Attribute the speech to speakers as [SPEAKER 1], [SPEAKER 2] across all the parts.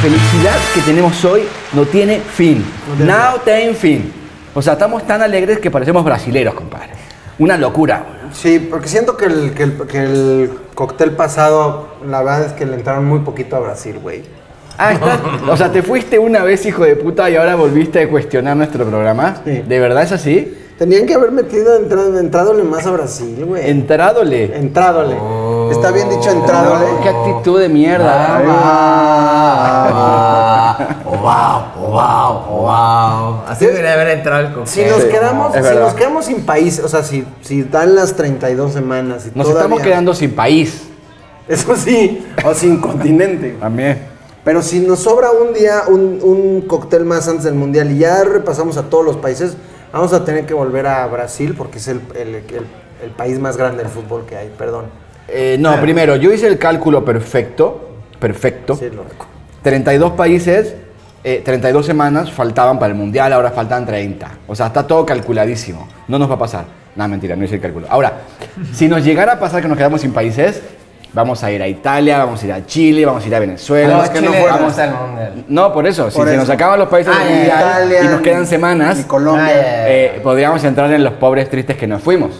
[SPEAKER 1] felicidad que tenemos hoy no tiene fin. No tiene fin. O sea, estamos tan alegres que parecemos brasileros, compadre. Una locura.
[SPEAKER 2] Sí, porque siento que el, que, el, que el cóctel pasado, la verdad es que le entraron muy poquito a Brasil, güey.
[SPEAKER 1] Ah, estás. O sea, te fuiste una vez, hijo de puta, y ahora volviste a cuestionar nuestro programa.
[SPEAKER 2] Sí.
[SPEAKER 1] ¿De verdad es así?
[SPEAKER 2] Tenían que haber metido, entra- entradole más a Brasil, güey.
[SPEAKER 1] Entrádole.
[SPEAKER 2] Entrádole.
[SPEAKER 1] Oh.
[SPEAKER 2] Está bien dicho entradole.
[SPEAKER 1] Qué actitud de mierda. Ah,
[SPEAKER 3] wow, wow, wow, wow. Así debería haber entrado el
[SPEAKER 2] Si
[SPEAKER 3] concierto.
[SPEAKER 2] nos quedamos,
[SPEAKER 1] es
[SPEAKER 2] si
[SPEAKER 1] verdad.
[SPEAKER 2] nos quedamos sin país, o sea, si, si dan las 32 semanas y
[SPEAKER 1] Nos
[SPEAKER 2] todavía-
[SPEAKER 1] estamos quedando sin país.
[SPEAKER 2] Eso sí, o sin continente.
[SPEAKER 1] También.
[SPEAKER 2] Pero si nos sobra un día, un, un cóctel más antes del mundial y ya repasamos a todos los países, vamos a tener que volver a Brasil porque es el, el- el- el país más grande del fútbol que hay, perdón.
[SPEAKER 1] Eh, no, primero, yo hice el cálculo perfecto. Perfecto.
[SPEAKER 2] Sí, lo recuerdo.
[SPEAKER 1] 32 países, eh, 32 semanas faltaban para el mundial, ahora faltan 30. O sea, está todo calculadísimo. No nos va a pasar. No, mentira, no hice el cálculo. Ahora, si nos llegara a pasar que nos quedamos sin países, vamos a ir a Italia, vamos a ir a Chile, vamos a ir a Venezuela.
[SPEAKER 3] No,
[SPEAKER 2] es que no
[SPEAKER 3] Chile
[SPEAKER 2] fuera.
[SPEAKER 3] vamos al mundial.
[SPEAKER 1] No, por eso, si
[SPEAKER 2] Por
[SPEAKER 1] se
[SPEAKER 2] eso.
[SPEAKER 1] nos acaban los países
[SPEAKER 3] Ah,
[SPEAKER 1] del
[SPEAKER 3] ya,
[SPEAKER 1] mundial
[SPEAKER 2] Italia,
[SPEAKER 1] y nos quedan
[SPEAKER 2] ni-
[SPEAKER 1] semanas,
[SPEAKER 2] ni Colombia.
[SPEAKER 3] Ah,
[SPEAKER 1] eh, podríamos entrar en los pobres tristes que nos fuimos.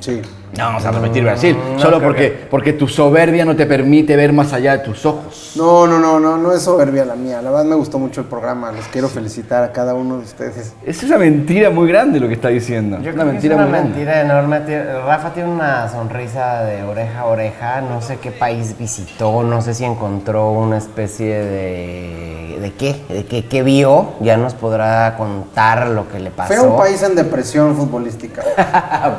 [SPEAKER 2] Sí.
[SPEAKER 1] No vamos a repetir Brasil, solo porque, porque tu soberbia no te permite ver más allá de tus ojos.
[SPEAKER 2] No, no, no, no, no es soberbia la mía. La verdad me gustó mucho el programa. Los quiero felicitar a cada uno de ustedes.
[SPEAKER 1] Es una mentira muy grande lo que está diciendo.
[SPEAKER 3] Yo
[SPEAKER 1] Es una
[SPEAKER 3] creo que
[SPEAKER 1] mentira
[SPEAKER 3] es una
[SPEAKER 1] muy grande.
[SPEAKER 3] mentira enorme. Tie- Rafa tiene una sonrisa de oreja a oreja. No sé qué país visitó, no sé si encontró una especie de. ¿De qué? ¿De qué, qué vio? Ya nos podrá contar lo que le pasó.
[SPEAKER 2] Fue un país en depresión futbolística.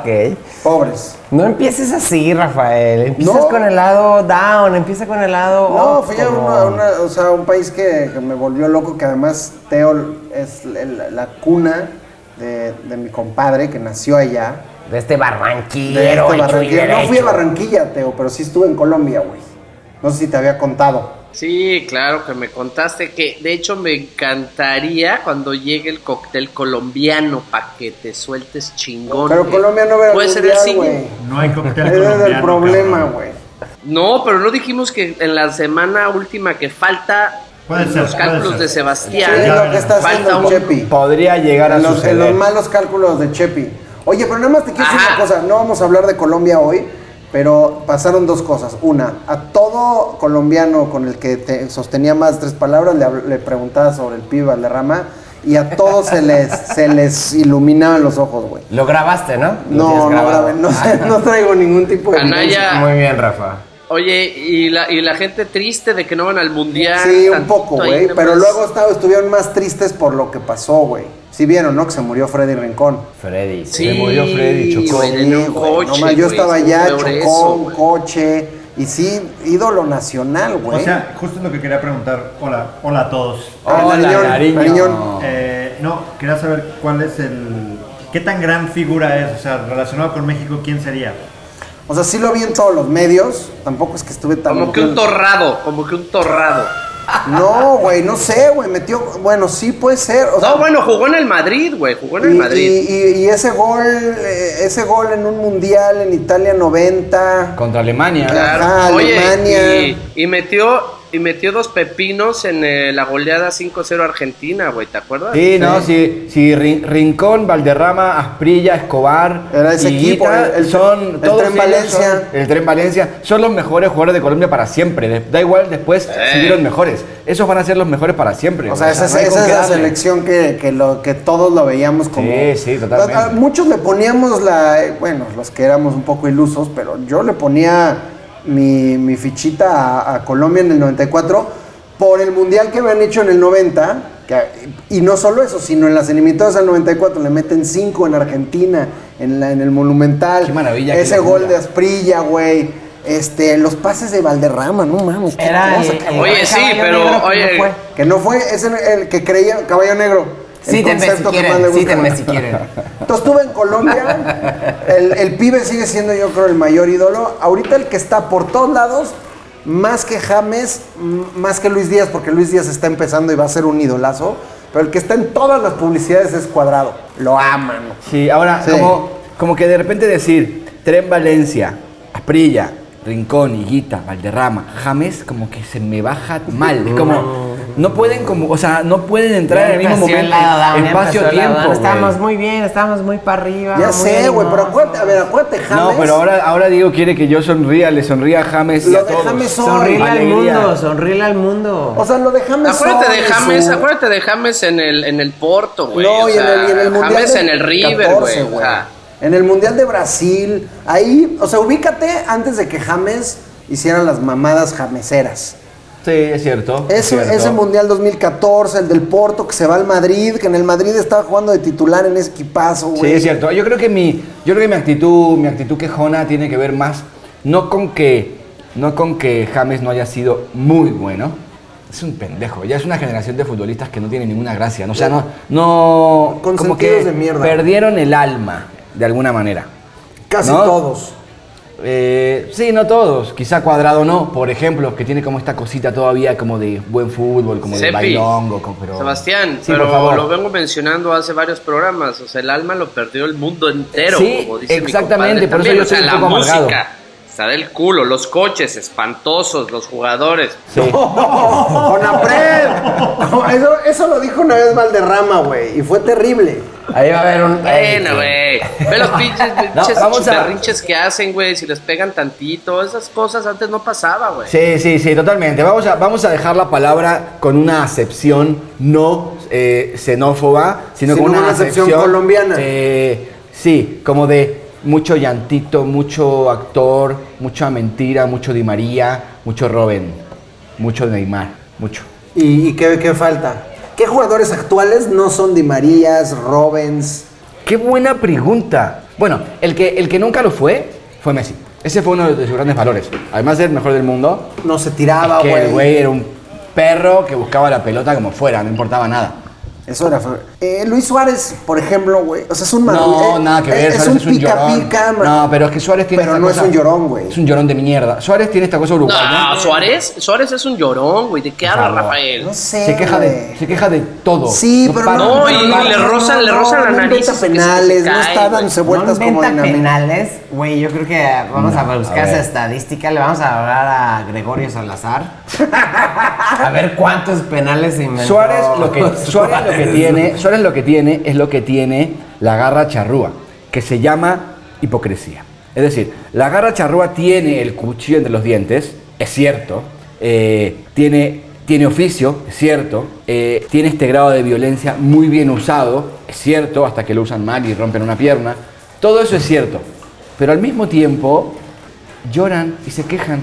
[SPEAKER 3] ok.
[SPEAKER 2] Pobres.
[SPEAKER 3] No empieces así, Rafael. Empiezas
[SPEAKER 2] No.
[SPEAKER 3] con el lado down, empieza con el lado.
[SPEAKER 2] No,
[SPEAKER 3] up,
[SPEAKER 2] fui a
[SPEAKER 3] como-
[SPEAKER 2] una- una- o sea, un país que, que me volvió loco, que además Teo es el- la cuna de, de mi compadre que nació allá.
[SPEAKER 3] De este
[SPEAKER 2] De
[SPEAKER 3] barranquillero.
[SPEAKER 2] este
[SPEAKER 3] hecho y
[SPEAKER 2] Barranquilla. No fui a
[SPEAKER 3] derecho.
[SPEAKER 2] Barranquilla, Teo, pero sí estuve en Colombia, güey. No sé si te había contado.
[SPEAKER 4] Sí, claro que me contaste que de hecho me encantaría cuando llegue el cóctel colombiano para que te sueltes chingón.
[SPEAKER 2] Pero
[SPEAKER 4] güey.
[SPEAKER 2] Colombia no era
[SPEAKER 4] Puede ser el
[SPEAKER 2] mundial,
[SPEAKER 4] siguiente.
[SPEAKER 2] güey.
[SPEAKER 5] No hay cóctel
[SPEAKER 2] Ese es
[SPEAKER 5] colombiano.
[SPEAKER 2] el problema,
[SPEAKER 5] cabrón.
[SPEAKER 2] güey.
[SPEAKER 4] No, pero no dijimos que en la semana última que falta
[SPEAKER 5] Puede ser,
[SPEAKER 4] los
[SPEAKER 5] puede
[SPEAKER 4] cálculos
[SPEAKER 5] ser.
[SPEAKER 4] de Sebastián.
[SPEAKER 2] Sí,
[SPEAKER 5] ya
[SPEAKER 2] lo que está haciendo
[SPEAKER 4] Falta
[SPEAKER 2] el
[SPEAKER 4] un-
[SPEAKER 2] Chepi.
[SPEAKER 1] Podría llegar a
[SPEAKER 2] En los, en
[SPEAKER 1] suceder.
[SPEAKER 2] los malos cálculos de Chepi. Oye, pero nada más te quiero decir una
[SPEAKER 4] Ajá.
[SPEAKER 2] cosa. No vamos a hablar de Colombia hoy, pero pasaron dos cosas. Una, a todo colombiano con el que te sostenía más tres palabras le, habl- le preguntaba sobre el pibe Valderrama y a todos se les, se les iluminaban los ojos, güey.
[SPEAKER 3] Lo grabaste, ¿no? Lo
[SPEAKER 2] No,
[SPEAKER 3] tienes
[SPEAKER 2] no,
[SPEAKER 3] grabado. Ah,
[SPEAKER 2] grabé, no, sé, no traigo ningún tipo de...
[SPEAKER 4] Anaya.
[SPEAKER 2] evidencia.
[SPEAKER 4] Ya.
[SPEAKER 3] Muy bien, Rafa.
[SPEAKER 4] Oye, y la, y la gente triste de que no van al mundial.
[SPEAKER 2] Sí, un
[SPEAKER 4] tantito
[SPEAKER 2] poco,
[SPEAKER 4] ahí
[SPEAKER 2] güey.
[SPEAKER 4] nomás.
[SPEAKER 2] Pero luego estaba- estuvieron más tristes por lo que pasó, güey. Sí vieron, ¿no? Que se murió Freddy Rincón.
[SPEAKER 3] Freddy.
[SPEAKER 4] Sí,
[SPEAKER 1] Se murió Freddy, chocó.
[SPEAKER 4] güey, en un
[SPEAKER 2] Sí, güey,
[SPEAKER 4] coche,
[SPEAKER 2] no más, yo
[SPEAKER 4] güey,
[SPEAKER 2] estaba allá,
[SPEAKER 4] peor
[SPEAKER 2] chocó
[SPEAKER 4] eso,
[SPEAKER 2] un
[SPEAKER 4] güey.
[SPEAKER 2] coche. Y sí, ídolo nacional, güey.
[SPEAKER 5] O sea, justo lo que quería preguntar. Hola, hola a todos.
[SPEAKER 2] Ah,
[SPEAKER 1] Hola,
[SPEAKER 2] Nariñón,
[SPEAKER 1] Nariño.
[SPEAKER 2] Nariñón.
[SPEAKER 5] Eh, no, quería saber cuál es el. ¿Qué tan gran figura es? O sea, relacionado con México, ¿quién sería?
[SPEAKER 2] O sea, sí lo vi en todos los medios. Tampoco es que estuve tan.
[SPEAKER 4] Como que un torrado, como que un torrado.
[SPEAKER 2] No, güey, no sé, güey. Metió. Bueno, sí puede ser. O sea,
[SPEAKER 4] No, bueno, jugó en el Madrid, güey, jugó en el
[SPEAKER 2] y,
[SPEAKER 4] Madrid.
[SPEAKER 2] y- y- y ese gol, eh, ese gol en un mundial en Italia 90.
[SPEAKER 1] Contra Alemania.
[SPEAKER 4] Claro.
[SPEAKER 2] Ajá,
[SPEAKER 4] Oye,
[SPEAKER 2] Alemania.
[SPEAKER 4] y, y metió y metió dos pepinos en eh, la goleada 5-0 Argentina, güey, ¿te acuerdas?
[SPEAKER 1] Sí, no, sí, sí, Rin- Rincón, Valderrama, Asprilla, Escobar,
[SPEAKER 2] Era ese equipo,
[SPEAKER 1] Higuita,
[SPEAKER 2] el- el-
[SPEAKER 1] son
[SPEAKER 2] el
[SPEAKER 1] todos
[SPEAKER 2] Tren
[SPEAKER 1] ellos
[SPEAKER 2] Valencia.
[SPEAKER 1] son- el Tren Valencia, son los mejores jugadores de Colombia para siempre. de- Da igual después siguieron mejores. Esos van a ser los mejores para siempre.
[SPEAKER 2] Eh. O sea, esa, es-
[SPEAKER 1] no hay con
[SPEAKER 2] esa
[SPEAKER 1] qué
[SPEAKER 2] es la
[SPEAKER 1] darle.
[SPEAKER 2] selección que, que lo, que todos lo veíamos como.
[SPEAKER 1] Sí, sí, totalmente.
[SPEAKER 2] A- a Muchos le poníamos la. eh, Bueno, los que éramos un poco ilusos, pero yo le ponía mi, mi fichita a, a Colombia en el 94 por el mundial que habían hecho en el 90. que- y no solo eso, sino en las eliminatorias al 94 le meten 5 en Argentina, en, la- en el Monumental.
[SPEAKER 1] Qué maravilla, qué
[SPEAKER 2] Ese gol
[SPEAKER 1] locura.
[SPEAKER 2] de Asprilla, güey. Este, los pases de Valderrama, no mames. qué
[SPEAKER 3] Era.
[SPEAKER 2] cosa,
[SPEAKER 3] eh,
[SPEAKER 2] cabrón.
[SPEAKER 4] Oye,
[SPEAKER 3] el
[SPEAKER 4] sí,
[SPEAKER 3] caballo
[SPEAKER 4] pero,
[SPEAKER 3] negro que
[SPEAKER 4] oye,
[SPEAKER 3] no fue.
[SPEAKER 2] Que no fue ese el que creía Caballo Negro. el
[SPEAKER 3] Sítenme si
[SPEAKER 2] concepto que más le
[SPEAKER 3] quieren,
[SPEAKER 2] gusta.
[SPEAKER 3] sítenme si quieren.
[SPEAKER 2] Entonces estuve en Colombia. El, el pibe sigue siendo, yo creo, el mayor ídolo. Ahorita el que está por todos lados, más que James, m- más que Luis Díaz, porque Luis Díaz está empezando y va a ser un idolazo. Pero el que está en todas las publicidades es cuadrado. Lo aman.
[SPEAKER 1] Sí, ahora
[SPEAKER 2] Sí.
[SPEAKER 1] Como, como que de repente decir Tren Valencia, Asprilla, Rincón, Higuita, Valderrama, James, como que se me baja mal. Es como, no pueden como, o sea, no pueden entrar en el mismo
[SPEAKER 3] Empezó
[SPEAKER 1] momento.
[SPEAKER 3] la down, ya empezó la down.
[SPEAKER 1] Espacio-tiempo.
[SPEAKER 3] Estábamos
[SPEAKER 1] güey.
[SPEAKER 3] muy bien, estábamos muy para arriba.
[SPEAKER 2] Ya
[SPEAKER 3] Ah, muy
[SPEAKER 2] sé, güey, pero
[SPEAKER 3] animosos.
[SPEAKER 2] acuérdate, a ver, acuérdate, James.
[SPEAKER 1] No, pero ahora, ahora Diego quiere que yo sonría, le sonría a James y
[SPEAKER 2] Lo
[SPEAKER 1] a
[SPEAKER 2] de
[SPEAKER 1] todos.
[SPEAKER 2] James hoy.
[SPEAKER 3] Sonríele al
[SPEAKER 1] Alegría.
[SPEAKER 3] mundo, sonríele al mundo.
[SPEAKER 2] O sea, lo de James
[SPEAKER 4] Acuérdate
[SPEAKER 2] hoy,
[SPEAKER 4] de James,
[SPEAKER 2] su-
[SPEAKER 4] acuérdate de James en el, en el Porto, güey.
[SPEAKER 2] No,
[SPEAKER 4] o
[SPEAKER 2] y en
[SPEAKER 4] sea,
[SPEAKER 2] el, y en el Mundial
[SPEAKER 4] James
[SPEAKER 2] de
[SPEAKER 4] en el River,
[SPEAKER 2] 14,
[SPEAKER 4] güey. o sea.
[SPEAKER 2] En el Mundial de Brasil. Ahí, o sea, ubícate antes de que James hiciera las mamadas jameseras.
[SPEAKER 1] Sí, es cierto. es
[SPEAKER 2] Ese,
[SPEAKER 1] cierto.
[SPEAKER 2] ese Mundial 2014, el del Porto, que se va al Madrid, que en el Madrid estaba jugando de titular en ese equipazo,
[SPEAKER 1] Sí,
[SPEAKER 2] güey.
[SPEAKER 1] es cierto. Yo creo que mi, yo creo que mi actitud, mi actitud quejona tiene que ver más no con que, no con que James no haya sido muy bueno. Es un pendejo. Ya es una generación de futbolistas que no tiene ninguna gracia. ¿no? O sea, no, no, como que
[SPEAKER 2] Consentidos de mierda.
[SPEAKER 1] perdieron el alma de alguna manera.
[SPEAKER 2] Casi
[SPEAKER 1] ¿no?
[SPEAKER 2] todos.
[SPEAKER 1] Eh, sí, no todos. Quizá Cuadrado no, por ejemplo, que tiene como esta cosita todavía como de buen fútbol, como de
[SPEAKER 4] Sepi,
[SPEAKER 1] bailongo. como- pero-
[SPEAKER 4] Sebastián,
[SPEAKER 1] Sí,
[SPEAKER 4] pero
[SPEAKER 1] por favor.
[SPEAKER 4] lo vengo mencionando hace varios programas, o sea, el alma lo perdió el mundo entero,
[SPEAKER 1] Sí,
[SPEAKER 4] como dice mi
[SPEAKER 1] exactamente,
[SPEAKER 4] compadre
[SPEAKER 1] por eso
[SPEAKER 4] también,
[SPEAKER 1] yo
[SPEAKER 4] o sea,
[SPEAKER 1] estoy
[SPEAKER 4] la
[SPEAKER 1] un poco amargado.
[SPEAKER 4] música está del culo, los coches espantosos, los jugadores.
[SPEAKER 1] Sí.
[SPEAKER 2] ¡Conapred! Eso, eso lo dijo una vez Valderrama, güey, y fue terrible.
[SPEAKER 3] Ahí va a haber un.
[SPEAKER 4] Bueno, güey. Ve los pinches, pinches
[SPEAKER 1] vamos a-
[SPEAKER 4] berrinches que hacen, güey. Si les pegan tantito, esas cosas antes no pasaba, güey.
[SPEAKER 1] Sí, sí, sí, totalmente. Vamos a, vamos a dejar la palabra con una acepción no eh, xenófoba, sino,
[SPEAKER 2] Sino
[SPEAKER 1] con una,
[SPEAKER 2] una acepción colombiana.
[SPEAKER 1] eh, sí, como de mucho llantito, mucho actor, mucha mentira, mucho Di María, mucho Robin, mucho Neymar, mucho.
[SPEAKER 2] ¿Y, y qué, qué falta? ¿Qué jugadores actuales no son Di Marías, Robens?
[SPEAKER 1] Qué buena pregunta. Bueno, el que, el que nunca lo fue fue Messi. Ese fue uno de sus grandes valores. Además de ser el mejor del mundo,
[SPEAKER 2] No se
[SPEAKER 1] es
[SPEAKER 2] tiraba,
[SPEAKER 1] que el güey era un perro que buscaba la pelota como fuera, no importaba nada.
[SPEAKER 2] Eso era. fe- Eh, Luis Suárez, por ejemplo, güey. O sea, es un mar-
[SPEAKER 1] No,
[SPEAKER 2] eh,
[SPEAKER 1] nada que
[SPEAKER 2] eh,
[SPEAKER 1] ver.
[SPEAKER 2] Es,
[SPEAKER 1] Suárez
[SPEAKER 2] un pica
[SPEAKER 1] llorón.
[SPEAKER 2] pica, man.
[SPEAKER 1] No, pero es que Suárez tiene.
[SPEAKER 2] Pero
[SPEAKER 1] esta
[SPEAKER 2] no
[SPEAKER 1] cosa-
[SPEAKER 2] es un llorón, güey.
[SPEAKER 1] Es un llorón de mierda. Suárez tiene esta cosa uruguaya.
[SPEAKER 4] No, Suárez, Suárez es un llorón, güey. ¿De qué habla
[SPEAKER 1] favor.
[SPEAKER 4] Rafael?
[SPEAKER 2] No pues, sé.
[SPEAKER 1] se queja de,
[SPEAKER 2] güey.
[SPEAKER 1] se queja de todo.
[SPEAKER 2] Eh, Sí, pero
[SPEAKER 1] para-
[SPEAKER 2] no.
[SPEAKER 4] No,
[SPEAKER 2] pero
[SPEAKER 4] y le rozan- le rozan la
[SPEAKER 2] no
[SPEAKER 4] nariz,
[SPEAKER 2] inventa
[SPEAKER 4] es que se
[SPEAKER 2] penales,
[SPEAKER 4] cae,
[SPEAKER 2] no está
[SPEAKER 4] güey.
[SPEAKER 2] dándose
[SPEAKER 3] No
[SPEAKER 2] vueltas como
[SPEAKER 3] inventa
[SPEAKER 2] dinamita.
[SPEAKER 3] penales, güey. Yo creo que vamos a buscar
[SPEAKER 1] a
[SPEAKER 3] esa
[SPEAKER 1] ver.
[SPEAKER 3] estadística. Le vamos a hablar a Gregorio Salazar. a ver cuántos penales se inventó.
[SPEAKER 1] Suárez lo que Suárez lo que tiene, Suárez lo que tiene es lo que tiene la garra charrúa, que se llama hipocresía. Es decir, la garra charrúa tiene el cuchillo entre los dientes, es cierto, eh, tiene, tiene oficio, es cierto, eh, tiene este grado de violencia muy bien usado, es cierto, hasta que lo usan mal y rompen una pierna. Todo eso es cierto, pero al mismo tiempo lloran y se quejan.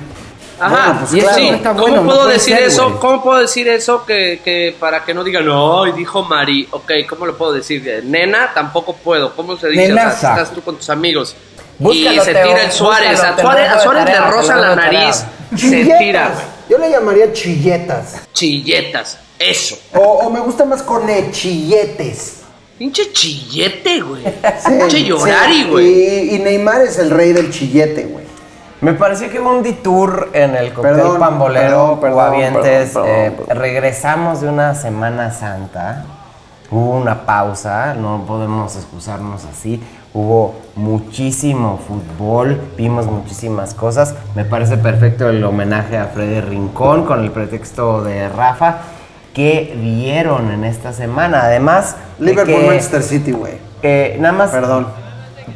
[SPEAKER 4] Ajá,
[SPEAKER 2] Bueno, pues
[SPEAKER 4] y eso
[SPEAKER 2] claro.
[SPEAKER 4] sí,
[SPEAKER 1] No está
[SPEAKER 4] ¿cómo
[SPEAKER 1] bueno, no
[SPEAKER 4] puedo
[SPEAKER 1] puede
[SPEAKER 4] decir
[SPEAKER 1] ser,
[SPEAKER 4] eso?
[SPEAKER 1] güey.
[SPEAKER 4] ¿Cómo puedo decir eso que, que para que no digan, no, y dijo Mari? Ok, ¿cómo lo puedo decir? Eh, Nena, tampoco puedo. ¿Cómo se dice? O sea,
[SPEAKER 1] Nenaza.
[SPEAKER 4] estás tú con tus amigos. y
[SPEAKER 3] Búscalo,
[SPEAKER 4] se
[SPEAKER 3] Teo,
[SPEAKER 4] tira el Suárez.
[SPEAKER 3] búscalo,
[SPEAKER 4] A
[SPEAKER 3] te
[SPEAKER 4] Suárez,
[SPEAKER 3] lo
[SPEAKER 4] a Suárez
[SPEAKER 3] tarea,
[SPEAKER 4] le
[SPEAKER 3] te lo
[SPEAKER 4] rozan la
[SPEAKER 3] tarea.
[SPEAKER 4] nariz, se tira, güey.
[SPEAKER 2] Yo le llamaría chilletas.
[SPEAKER 4] Chilletas, eso.
[SPEAKER 2] O, o me gusta más con eh, chilletes.
[SPEAKER 4] Pinche chillete, güey.
[SPEAKER 2] Sí,
[SPEAKER 4] Pinche llorari,
[SPEAKER 2] sí.
[SPEAKER 4] güey.
[SPEAKER 2] Y, y Neymar es el rey del chillete, güey.
[SPEAKER 3] Me pareció que hubo un detour en el cóctel
[SPEAKER 2] Perdón,
[SPEAKER 3] pambolero,
[SPEAKER 2] perdón, perdón,
[SPEAKER 3] Guavientes.
[SPEAKER 2] perdón, perdón,
[SPEAKER 3] Eh, regresamos de una Semana Santa. Hubo una pausa, no podemos excusarnos así. Hubo muchísimo fútbol, vimos muchísimas cosas. Me parece perfecto el homenaje a Freddy Rincón con el pretexto de Rafa. ¿Qué vieron en esta semana? Además, de
[SPEAKER 2] Liverpool,
[SPEAKER 3] que-
[SPEAKER 2] Manchester City, güey.
[SPEAKER 3] eh, nada más.
[SPEAKER 2] Perdón.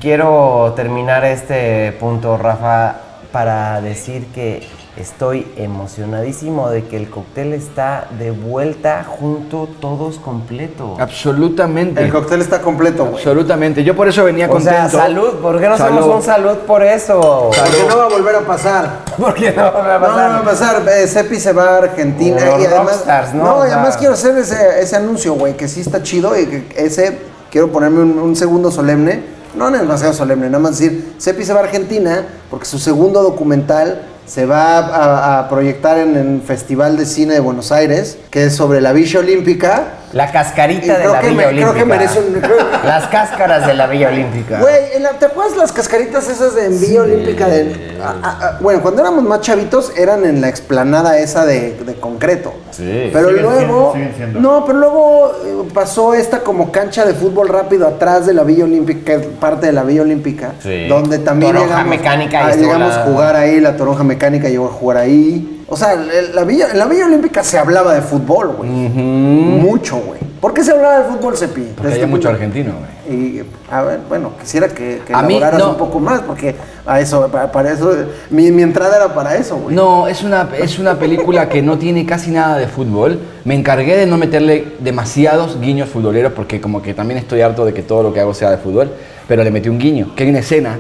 [SPEAKER 3] Quiero terminar este punto, Rafa, para decir que estoy emocionadísimo de que el cóctel está de vuelta junto, todos completo.
[SPEAKER 2] Ah,
[SPEAKER 1] Absolutamente.
[SPEAKER 2] El cóctel está completo, güey.
[SPEAKER 1] Absolutamente. Yo por eso venía
[SPEAKER 3] O
[SPEAKER 1] contento.
[SPEAKER 3] sea, salud, ¿por qué no
[SPEAKER 1] Salud.
[SPEAKER 3] hacemos un salud por eso?
[SPEAKER 2] Porque no va a volver a pasar.
[SPEAKER 3] Porque no va
[SPEAKER 2] No,
[SPEAKER 3] a
[SPEAKER 2] no
[SPEAKER 3] pasar.
[SPEAKER 2] va a pasar. Eh, Cepi se va a Argentina.
[SPEAKER 3] Como
[SPEAKER 2] y además,
[SPEAKER 3] rockstars, ¿no? O
[SPEAKER 2] y
[SPEAKER 3] sea-
[SPEAKER 2] además quiero hacer ese, ese anuncio, güey, que sí está chido y que ese quiero ponerme un, un segundo solemne. No, no es demasiado solemne, nada más decir, Cepi se va a Argentina porque su segundo documental se va a, a proyectar en el Festival de Cine de Buenos Aires, que es sobre la Villa Olímpica.
[SPEAKER 3] La
[SPEAKER 2] Y
[SPEAKER 3] cascarita de
[SPEAKER 2] creo
[SPEAKER 3] la
[SPEAKER 2] que
[SPEAKER 3] Villa
[SPEAKER 2] me-
[SPEAKER 3] Olímpica.
[SPEAKER 2] creo que merece un- creo-
[SPEAKER 3] Las cáscaras de la Villa Olímpica.
[SPEAKER 2] Güey, en la- ¿te acuerdas las cascaritas esas de envío olímpica? De, a- a- a- bueno, cuando éramos más chavitos eran en la explanada esa de, de concreto.
[SPEAKER 1] Sí.
[SPEAKER 2] Pero
[SPEAKER 5] Siguen
[SPEAKER 2] luego.
[SPEAKER 5] siendo, siguen siendo.
[SPEAKER 2] no, pero luego eh, pasó esta como cancha de fútbol rápido atrás de la Villa Olímpica, que es parte de la Villa Olímpica,
[SPEAKER 3] Sí.
[SPEAKER 2] donde también
[SPEAKER 3] Toronja
[SPEAKER 2] llegamos,
[SPEAKER 3] Mecánica y
[SPEAKER 2] a,
[SPEAKER 3] estuvo
[SPEAKER 2] llegamos
[SPEAKER 3] la-
[SPEAKER 2] a jugar ahí, la Toronja Mecánica llegó a jugar ahí. O sea, el- la Villa, en la Villa Olímpica se hablaba de fútbol, güey. Mucho, güey. ¿Por qué se hablaba de fútbol, Cepi? Este,
[SPEAKER 1] Porque
[SPEAKER 2] Desde
[SPEAKER 1] hay
[SPEAKER 2] tu
[SPEAKER 1] mucho
[SPEAKER 2] punto-
[SPEAKER 1] argentino, güey.
[SPEAKER 2] y a ver, bueno, quisiera que, que
[SPEAKER 1] A mí,
[SPEAKER 2] elaboraras
[SPEAKER 1] no.
[SPEAKER 2] un poco más, porque a eso, para, para eso, mi, mi entrada era para eso, güey.
[SPEAKER 1] No, es una, es una película que no tiene casi nada de fútbol. Me encargué de no meterle demasiados guiños futboleros porque como que también estoy harto de que todo lo que hago sea de fútbol, pero le metí un guiño, que hay una escena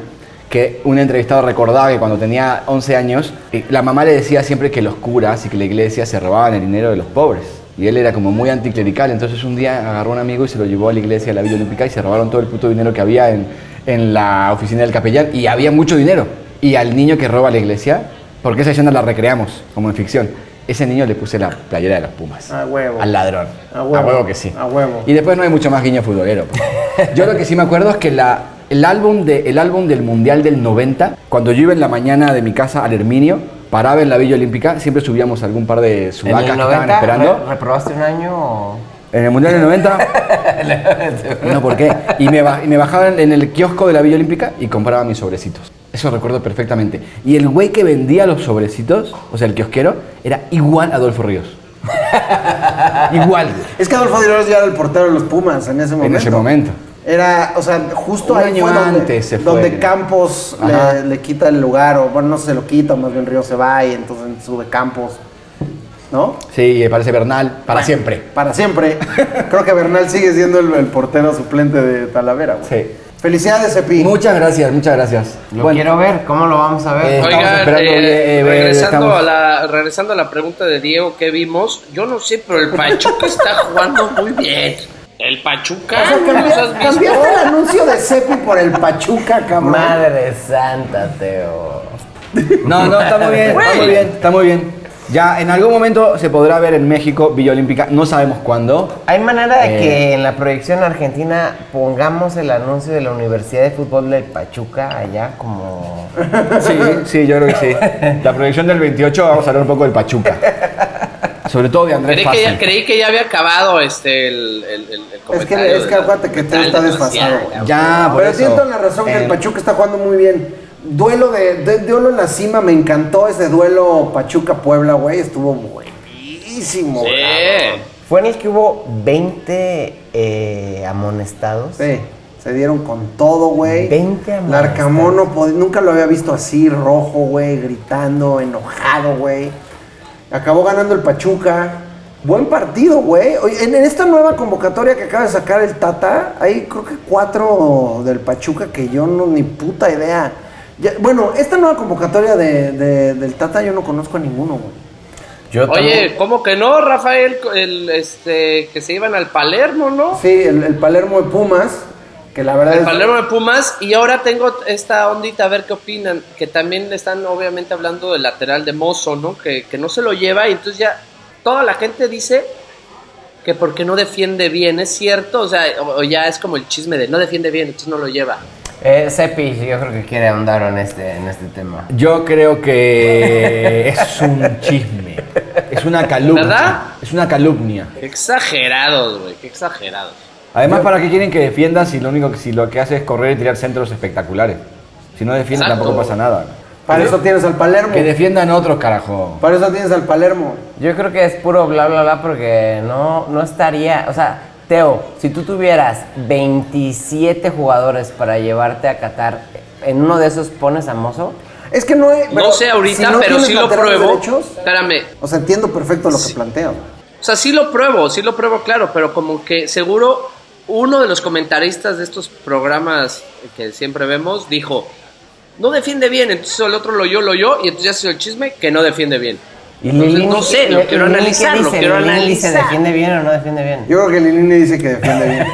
[SPEAKER 1] que un entrevistado recordaba que cuando tenía 11 años, eh, la mamá le decía siempre que los curas y que la iglesia se robaban el dinero de los pobres. Y él era como muy anticlerical, entonces un día agarró a un amigo y se lo llevó a la iglesia de la Villa Olímpica y se robaron todo el puto dinero que había en, en la oficina del capellán y había mucho dinero. Y al niño que roba la iglesia porque esa escena la recreamos, como en ficción. Ese niño le puse la playera de las Pumas.
[SPEAKER 2] A huevo.
[SPEAKER 1] Al ladrón.
[SPEAKER 2] A huevo.
[SPEAKER 1] que sí.
[SPEAKER 2] A huevo.
[SPEAKER 1] Y después no hay mucho más guiño futbolero. pues. Yo lo que sí me acuerdo es que la, el, álbum de, el álbum del Mundial del 90, cuando yo iba en la mañana de mi casa al Herminio, paraba en la Villa Olímpica, siempre subíamos algún par de
[SPEAKER 3] ¿En
[SPEAKER 1] sudacas
[SPEAKER 3] el
[SPEAKER 1] que estaban
[SPEAKER 3] 90 re-
[SPEAKER 1] esperando.
[SPEAKER 3] reprobaste un año o...?
[SPEAKER 1] En el Mundial del 90, no, ¿por qué? Y me, ba- y me bajaban en el kiosco de la Villa Olímpica y compraba mis sobrecitos. Eso recuerdo perfectamente. Y el güey que vendía los sobrecitos, o sea, el kiosquero, era igual a Adolfo Ríos. igual.
[SPEAKER 2] Es que Adolfo Díaz ya era el portero de los Pumas en ese momento.
[SPEAKER 1] En ese momento.
[SPEAKER 2] Era, o sea, justo
[SPEAKER 1] Un
[SPEAKER 2] ahí
[SPEAKER 1] año
[SPEAKER 2] fue donde,
[SPEAKER 1] antes se fue.
[SPEAKER 2] donde Campos
[SPEAKER 1] Ajá.
[SPEAKER 2] le, le quita el lugar, o bueno, no se lo quita, más bien Río se va y entonces sube Campos, ¿no?
[SPEAKER 1] Sí, eh, parece Bernal, para siempre.
[SPEAKER 2] Para siempre. Creo que Bernal sigue siendo el, el portero suplente de Talavera, güey.
[SPEAKER 1] Sí.
[SPEAKER 2] Felicidades, Epi.
[SPEAKER 1] Muchas gracias, muchas gracias.
[SPEAKER 3] Lo
[SPEAKER 1] Bueno,
[SPEAKER 3] quiero ver, ¿cómo lo vamos a ver?
[SPEAKER 1] Eh, Estamos
[SPEAKER 4] Oigan,
[SPEAKER 1] esperando,
[SPEAKER 4] eh,
[SPEAKER 1] oye, eh, ver,
[SPEAKER 4] regresando,
[SPEAKER 1] estamos-
[SPEAKER 4] a la, regresando a la pregunta de Diego, ¿qué vimos? Yo no sé, pero el Pachuca está jugando muy bien. El Pachuca,
[SPEAKER 2] O sea,
[SPEAKER 4] ¿no
[SPEAKER 2] cambi-
[SPEAKER 4] los has visto?
[SPEAKER 2] cambiaste el anuncio de Cepi por el Pachuca, cabrón.
[SPEAKER 3] Madre santa, Teo.
[SPEAKER 1] No, no, está muy bien, está muy bien, está muy bien. Ya en algún momento se podrá ver en México Villa Olímpica, no sabemos cuándo.
[SPEAKER 3] ¿Hay manera de
[SPEAKER 1] Eh.
[SPEAKER 3] que en la proyección argentina pongamos el anuncio de la Universidad de Fútbol del Pachuca allá como...
[SPEAKER 1] Sí, sí, yo creo que sí. La proyección del 28 vamos a hablar un poco del Pachuca. Sobre todo de Andrés
[SPEAKER 4] Creí que, ya,
[SPEAKER 1] Fácil.
[SPEAKER 4] creí que ya había acabado este el, el, el- el
[SPEAKER 2] Es que,
[SPEAKER 4] comentario
[SPEAKER 2] es
[SPEAKER 4] de
[SPEAKER 2] que
[SPEAKER 4] la-
[SPEAKER 2] acuérdate que
[SPEAKER 4] de
[SPEAKER 2] todo
[SPEAKER 4] tal
[SPEAKER 2] está
[SPEAKER 4] desgraciada.
[SPEAKER 2] desfasado. güey.
[SPEAKER 1] Ya, por
[SPEAKER 2] Pero
[SPEAKER 1] eso.
[SPEAKER 2] tiene toda la razón que
[SPEAKER 1] Eh,
[SPEAKER 2] el Pachuca está jugando muy bien. Duelo de, de- duelo en la cima, me encantó ese duelo Pachuca-Puebla, güey. Estuvo buenísimo,
[SPEAKER 4] Sí.
[SPEAKER 2] cabrón.
[SPEAKER 3] Fue en el que hubo 20 eh, amonestados.
[SPEAKER 2] Sí, se dieron con todo, güey.
[SPEAKER 3] 20 amonestados.
[SPEAKER 2] Larcamón no pod- nunca lo había visto así, rojo, güey, gritando, enojado, güey. Acabó ganando el Pachuca. Buen partido, güey. Oye, En en esta nueva convocatoria que acaba de sacar el Tata, hay creo que cuatro del Pachuca que yo no ni puta idea. Ya- bueno, esta nueva convocatoria de- de- del Tata yo no conozco a ninguno, güey.
[SPEAKER 3] Yo
[SPEAKER 4] Oye, ¿cómo que no, Rafael? El, este, que se iban al Palermo, ¿no?
[SPEAKER 2] Sí, el, el Palermo de Pumas, que la verdad
[SPEAKER 4] El
[SPEAKER 2] es...
[SPEAKER 4] Palermo de Pumas y ahora tengo esta ondita a ver qué opinan, que también le están obviamente hablando del lateral de Mozo, ¿no? Que, que no se lo lleva y entonces ya toda la gente dice que porque no defiende bien, ¿es cierto? O sea, o, o ya es como el chisme de no defiende bien, entonces no lo lleva.
[SPEAKER 3] Eh, Sepi, yo creo que quiere ahondar en este, en este tema.
[SPEAKER 1] Yo creo que es un chisme. Es una calumnia.
[SPEAKER 4] ¿Verdad?
[SPEAKER 1] Es una calumnia.
[SPEAKER 4] Qué exagerados, güey, qué exagerados.
[SPEAKER 1] Además, ¿para qué quieren que defienda si lo único que, si lo que hace es correr y tirar centros espectaculares? Si no defiende
[SPEAKER 4] Exacto.
[SPEAKER 1] tampoco pasa nada.
[SPEAKER 2] Para eso tienes al Palermo.
[SPEAKER 1] Que defiendan otros, carajo.
[SPEAKER 2] Para eso tienes al Palermo.
[SPEAKER 3] Yo creo que es puro bla, bla, bla, porque no, no estaría... O sea, Teo, si tú tuvieras 27 jugadores para llevarte a Qatar, ¿en uno de esos pones a Mozo?
[SPEAKER 2] Es que no hay.
[SPEAKER 4] no sé ahorita, pero
[SPEAKER 2] tienes
[SPEAKER 4] sí lo
[SPEAKER 2] laterales
[SPEAKER 4] pruebo.
[SPEAKER 2] derechos,
[SPEAKER 4] Espérame,
[SPEAKER 2] o sea, entiendo perfecto lo que plantean.
[SPEAKER 4] O sea, sí lo pruebo, sí lo pruebo, claro, pero como que seguro uno de los comentaristas de estos programas que siempre vemos dijo, no defiende bien, entonces el otro lo oyó, lo oyó, y entonces ya se hizo el chisme que no defiende bien.
[SPEAKER 3] Y
[SPEAKER 4] Entonces,
[SPEAKER 3] Lilini-
[SPEAKER 4] no sé,
[SPEAKER 3] y-
[SPEAKER 4] lo
[SPEAKER 3] y
[SPEAKER 4] quiero
[SPEAKER 3] Lilini, ¿qué
[SPEAKER 4] analizar, lo
[SPEAKER 3] dice?
[SPEAKER 4] quiero
[SPEAKER 3] Lilini,
[SPEAKER 4] analizar.
[SPEAKER 3] ¿Se defiende bien o no defiende bien?
[SPEAKER 2] Yo creo que Lilini dice que defiende bien.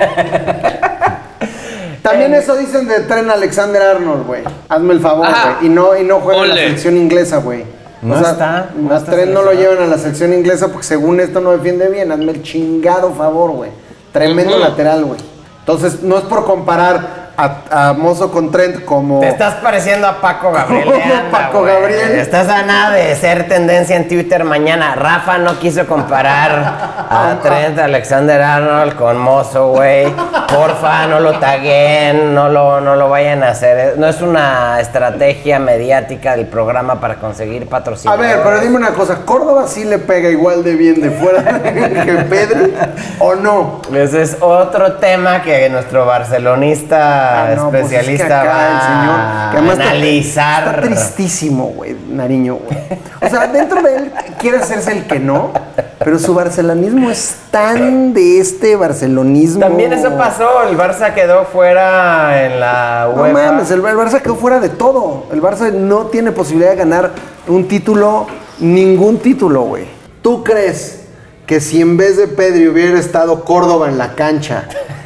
[SPEAKER 4] Eh.
[SPEAKER 2] También eso dicen de tren Alexander Arnold, güey. Hazme el favor,
[SPEAKER 4] Ajá.
[SPEAKER 2] güey. Y no, y no juega en la
[SPEAKER 4] Ole.
[SPEAKER 2] selección inglesa, güey.
[SPEAKER 3] No está, no
[SPEAKER 2] Más
[SPEAKER 3] está
[SPEAKER 2] tren no lo
[SPEAKER 3] seleccionado.
[SPEAKER 2] llevan a la selección inglesa porque según esto no defiende bien. Hazme el chingado favor, güey. Tremendo
[SPEAKER 4] Ujú.
[SPEAKER 2] lateral, güey. Entonces, no es por comparar a, a Mozo con Trent como.
[SPEAKER 3] Te estás pareciendo a Paco Gabriel.
[SPEAKER 2] ¿Cómo
[SPEAKER 3] anda,
[SPEAKER 2] Paco
[SPEAKER 3] güey.
[SPEAKER 2] Gabriel?
[SPEAKER 3] Estás a nada de ser tendencia en Twitter mañana. Rafa no quiso comparar a Trent Alexander Arnold con Mozo, güey. Porfa, no lo taguen, no lo, no lo vayan a hacer. No es una estrategia mediática del programa para conseguir
[SPEAKER 2] A
[SPEAKER 3] patrocinadores.
[SPEAKER 2] ver, pero dime una cosa, ¿Córdoba sí le pega igual de bien de fuera que Pedri o no?
[SPEAKER 3] Ese es otro tema que nuestro barcelonista
[SPEAKER 2] Ah, no, pues es que
[SPEAKER 3] especialista
[SPEAKER 2] acá el
[SPEAKER 3] va
[SPEAKER 2] que además
[SPEAKER 3] a
[SPEAKER 2] está-
[SPEAKER 3] analizar.
[SPEAKER 2] Está, tristísimo, güey, Nariño, güey. O sea, dentro de él quiere hacerse el que no, pero su barcelonismo es tan de este barcelonismo.
[SPEAKER 3] También eso pasó, el Barça quedó fuera en la
[SPEAKER 2] No
[SPEAKER 3] UEFA.
[SPEAKER 2] mames, el, el Barça quedó fuera de todo. El Barça no tiene posibilidad de ganar un título, ningún título, güey. ¿Tú crees que si en vez de Pedri hubiera estado Córdoba en la cancha,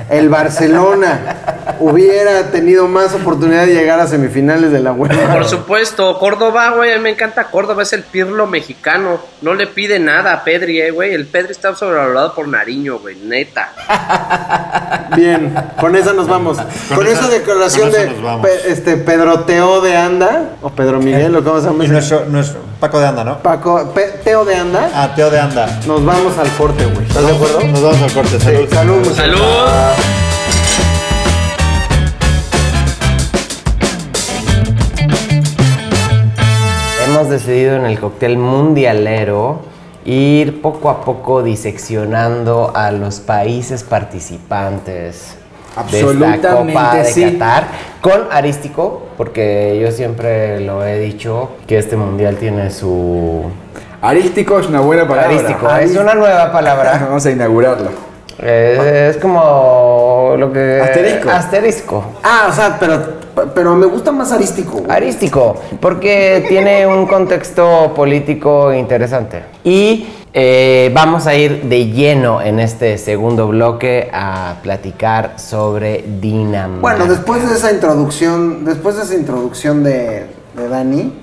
[SPEAKER 2] el Barcelona hubiera tenido más oportunidad de llegar a semifinales de la UEFA?
[SPEAKER 4] Por supuesto, Córdoba, güey, a mí me encanta Córdoba, es el pirlo mexicano. No le pide nada a Pedri, eh, güey. El Pedri está sobrevalorado por Nariño, güey, neta.
[SPEAKER 2] Bien, con esa nos vamos. Con,
[SPEAKER 5] esa-
[SPEAKER 2] esa declaración
[SPEAKER 5] con esa nos
[SPEAKER 2] de
[SPEAKER 5] vamos.
[SPEAKER 2] Pe- este Pedro Teo de Anda, o Pedro Miguel, o cómo se llama.
[SPEAKER 5] Y
[SPEAKER 2] ese?
[SPEAKER 5] nuestro, nuestro Paco de Anda, ¿no?
[SPEAKER 2] Paco, Pe- Teo de Anda,
[SPEAKER 5] Ah, Teo de Anda.
[SPEAKER 2] nos vamos al corte, güey. ¿Estás de acuerdo?
[SPEAKER 5] Nos vamos al corte. Salud.
[SPEAKER 2] Salud, muchachos.
[SPEAKER 4] ¡Salud!
[SPEAKER 3] Hemos decidido en el cóctel mundialero ir poco a poco diseccionando a los países participantes de esta Copa
[SPEAKER 1] Absolutamente
[SPEAKER 3] de
[SPEAKER 1] sí.
[SPEAKER 3] Qatar con Arístico, porque yo siempre lo he dicho que este mundial tiene su
[SPEAKER 1] Arístico es una buena palabra.
[SPEAKER 3] Arístico,
[SPEAKER 2] ¿eh?
[SPEAKER 3] es una nueva palabra.
[SPEAKER 1] Vamos a inaugurarlo.
[SPEAKER 3] Eh, Es, como lo que.
[SPEAKER 1] Asterisco.
[SPEAKER 3] Asterisco.
[SPEAKER 2] Ah, o sea, pero, pero me gusta más arístico. güey.
[SPEAKER 3] Arístico, porque tiene un contexto político interesante. Y eh, vamos a ir de lleno en este segundo bloque a platicar sobre Dinamarca.
[SPEAKER 2] Bueno, después de esa introducción, después de esa introducción de, de Dani,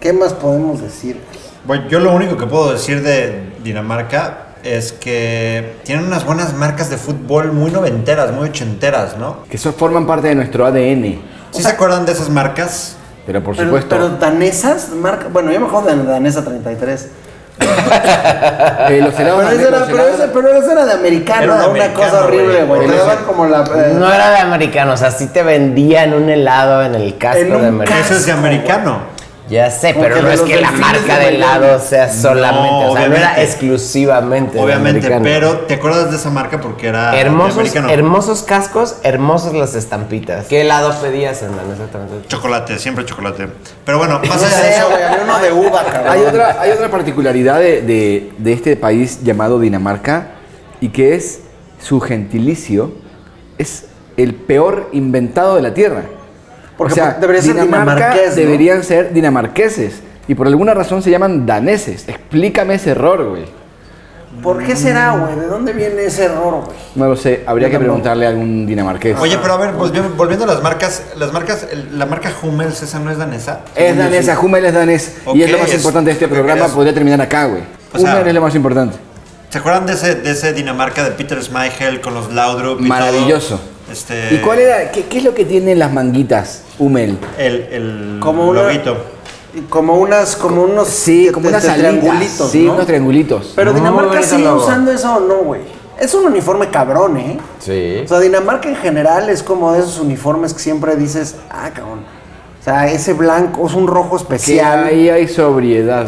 [SPEAKER 2] ¿qué más podemos decir?
[SPEAKER 5] Bueno, yo lo único que puedo decir de Dinamarca es que tienen unas buenas marcas de fútbol muy noventeras, muy ochenteras, ¿no?
[SPEAKER 1] Que eso forman parte de nuestro ADN.
[SPEAKER 5] ¿Sí se acuerdan de esas marcas?
[SPEAKER 1] Pero por
[SPEAKER 2] Pero,
[SPEAKER 1] supuesto,
[SPEAKER 2] pero danesas, marca, bueno, yo me acuerdo de danesa 33.
[SPEAKER 1] eh, los helados
[SPEAKER 2] Pero
[SPEAKER 1] daneses,
[SPEAKER 2] esa era,
[SPEAKER 1] los
[SPEAKER 2] pero
[SPEAKER 1] helados-
[SPEAKER 2] esa- pero esa era de americano,
[SPEAKER 5] Era de
[SPEAKER 2] una
[SPEAKER 5] americano,
[SPEAKER 2] cosa horrible,
[SPEAKER 5] güey.
[SPEAKER 2] güey. Te
[SPEAKER 5] Por eso.
[SPEAKER 2] daban como la. eh,
[SPEAKER 3] No era de americano, o sea, sí te vendían un helado en el casco
[SPEAKER 2] En un
[SPEAKER 3] de americano.
[SPEAKER 5] Eso es de americano.
[SPEAKER 3] Ya sé,
[SPEAKER 2] Como
[SPEAKER 3] pero
[SPEAKER 2] que
[SPEAKER 3] no
[SPEAKER 2] de
[SPEAKER 3] es
[SPEAKER 2] los
[SPEAKER 3] que la
[SPEAKER 2] delfines
[SPEAKER 3] marca
[SPEAKER 2] de
[SPEAKER 3] de
[SPEAKER 2] Miami.
[SPEAKER 3] helado sea solamente, o sea, no era
[SPEAKER 5] obviamente.
[SPEAKER 3] exclusivamente. de
[SPEAKER 5] Obviamente,
[SPEAKER 3] americano.
[SPEAKER 5] pero ¿te acuerdas de esa marca porque era de
[SPEAKER 3] Hermosos,
[SPEAKER 5] Ah, americano?
[SPEAKER 3] hermosos cascos, hermosas las estampitas. ¿Qué helado pedías, Hernán? Exactamente.
[SPEAKER 5] Chocolate, siempre chocolate. Pero bueno,
[SPEAKER 2] no
[SPEAKER 5] más allá de
[SPEAKER 2] sé,
[SPEAKER 5] eso,
[SPEAKER 2] güey, había uno de uva, cabrón.
[SPEAKER 1] Hay otra, hay otra particularidad de, de- de este país llamado Dinamarca y que es su gentilicio es el peor inventado de la tierra.
[SPEAKER 2] Porque pues debería ser dinamarqués, ¿no?
[SPEAKER 1] deberían ser dinamarqueses y por alguna razón se llaman daneses. Explícame ese error, güey.
[SPEAKER 2] ¿Por qué será, güey? ¿De dónde viene ese error, güey?
[SPEAKER 1] No lo sé, habría que preguntarle a algún dinamarqués.
[SPEAKER 5] Oye, pero a ver, volvi- volviendo a las marcas, las marcas, el- la marca Hummels, esa no es danesa.
[SPEAKER 1] es danesa, Hummel es danés y es lo
[SPEAKER 5] Ok,
[SPEAKER 1] más
[SPEAKER 5] es-
[SPEAKER 1] importante de este
[SPEAKER 5] ok,
[SPEAKER 1] programa,
[SPEAKER 5] es-
[SPEAKER 1] podría terminar acá, güey.
[SPEAKER 5] O sea-
[SPEAKER 1] Hummel es lo más importante.
[SPEAKER 5] ¿Se acuerdan de ese, de ese Dinamarca de Peter Schmeichel con los Laudrup? y
[SPEAKER 1] Maravilloso.
[SPEAKER 5] todo? Este,
[SPEAKER 1] ¿Y cuál era? ¿Qué, qué es lo que tienen las manguitas, Hummel?
[SPEAKER 5] El, el
[SPEAKER 2] Como una-
[SPEAKER 5] loguito.
[SPEAKER 2] Y Como unas, como unos
[SPEAKER 1] Sí, como
[SPEAKER 2] este,
[SPEAKER 1] unas alitas,
[SPEAKER 2] triangulitos,
[SPEAKER 1] Sí,
[SPEAKER 2] ¿no?
[SPEAKER 1] unos triangulitos.
[SPEAKER 2] Pero
[SPEAKER 3] Muy
[SPEAKER 2] Dinamarca
[SPEAKER 3] bonito
[SPEAKER 2] sigue
[SPEAKER 3] logo.
[SPEAKER 2] usando eso o no, güey. Es un uniforme cabrón, ¿eh?
[SPEAKER 3] Sí.
[SPEAKER 2] O sea, Dinamarca en general es como de esos uniformes que siempre dices, ah, cabrón. O sea, ese blanco es un rojo
[SPEAKER 1] que
[SPEAKER 2] especial.
[SPEAKER 1] ahí hay sobriedad.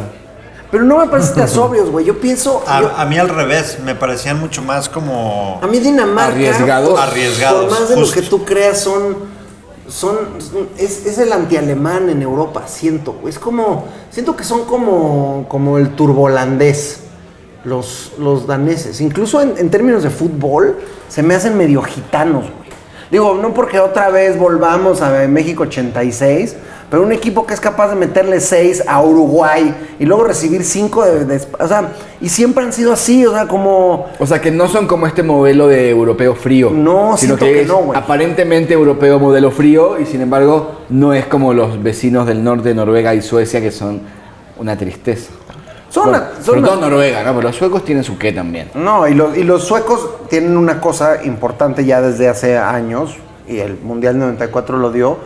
[SPEAKER 2] Pero no me parecen tan sobrios, güey. Yo pienso. yo-
[SPEAKER 5] A, a mí al revés, me parecían mucho más como...
[SPEAKER 2] A mí Dinamarca,
[SPEAKER 1] Arriesgados.
[SPEAKER 2] por-
[SPEAKER 5] Arriesgados,
[SPEAKER 2] por más de
[SPEAKER 5] justo.
[SPEAKER 2] lo que tú creas, son, son, es, es el antialemán en Europa, siento. güey. Es como, siento que son como, como el turbolandés, los, los daneses. Incluso en, en términos de fútbol, se me hacen medio gitanos, güey. Digo, no porque otra vez volvamos a México 86, pero un equipo que es capaz de meterle 6 a Uruguay y luego recibir 5 de, de- O sea, y siempre han sido así, o sea, como...
[SPEAKER 1] O sea, que no son como este modelo de europeo frío.
[SPEAKER 2] No,
[SPEAKER 1] sino
[SPEAKER 2] siento que
[SPEAKER 1] es
[SPEAKER 2] no, güey.
[SPEAKER 1] aparentemente europeo modelo frío y sin embargo no es como los vecinos del norte, Noruega y Suecia, que son una tristeza.
[SPEAKER 2] Son,
[SPEAKER 1] Bueno,
[SPEAKER 2] una- son
[SPEAKER 1] sobre
[SPEAKER 2] una-
[SPEAKER 1] todo Noruega, ¿no? Pero los suecos tienen su qué también.
[SPEAKER 2] No, y, lo- y los suecos tienen una cosa importante ya desde hace años, y el Mundial 94 lo dio,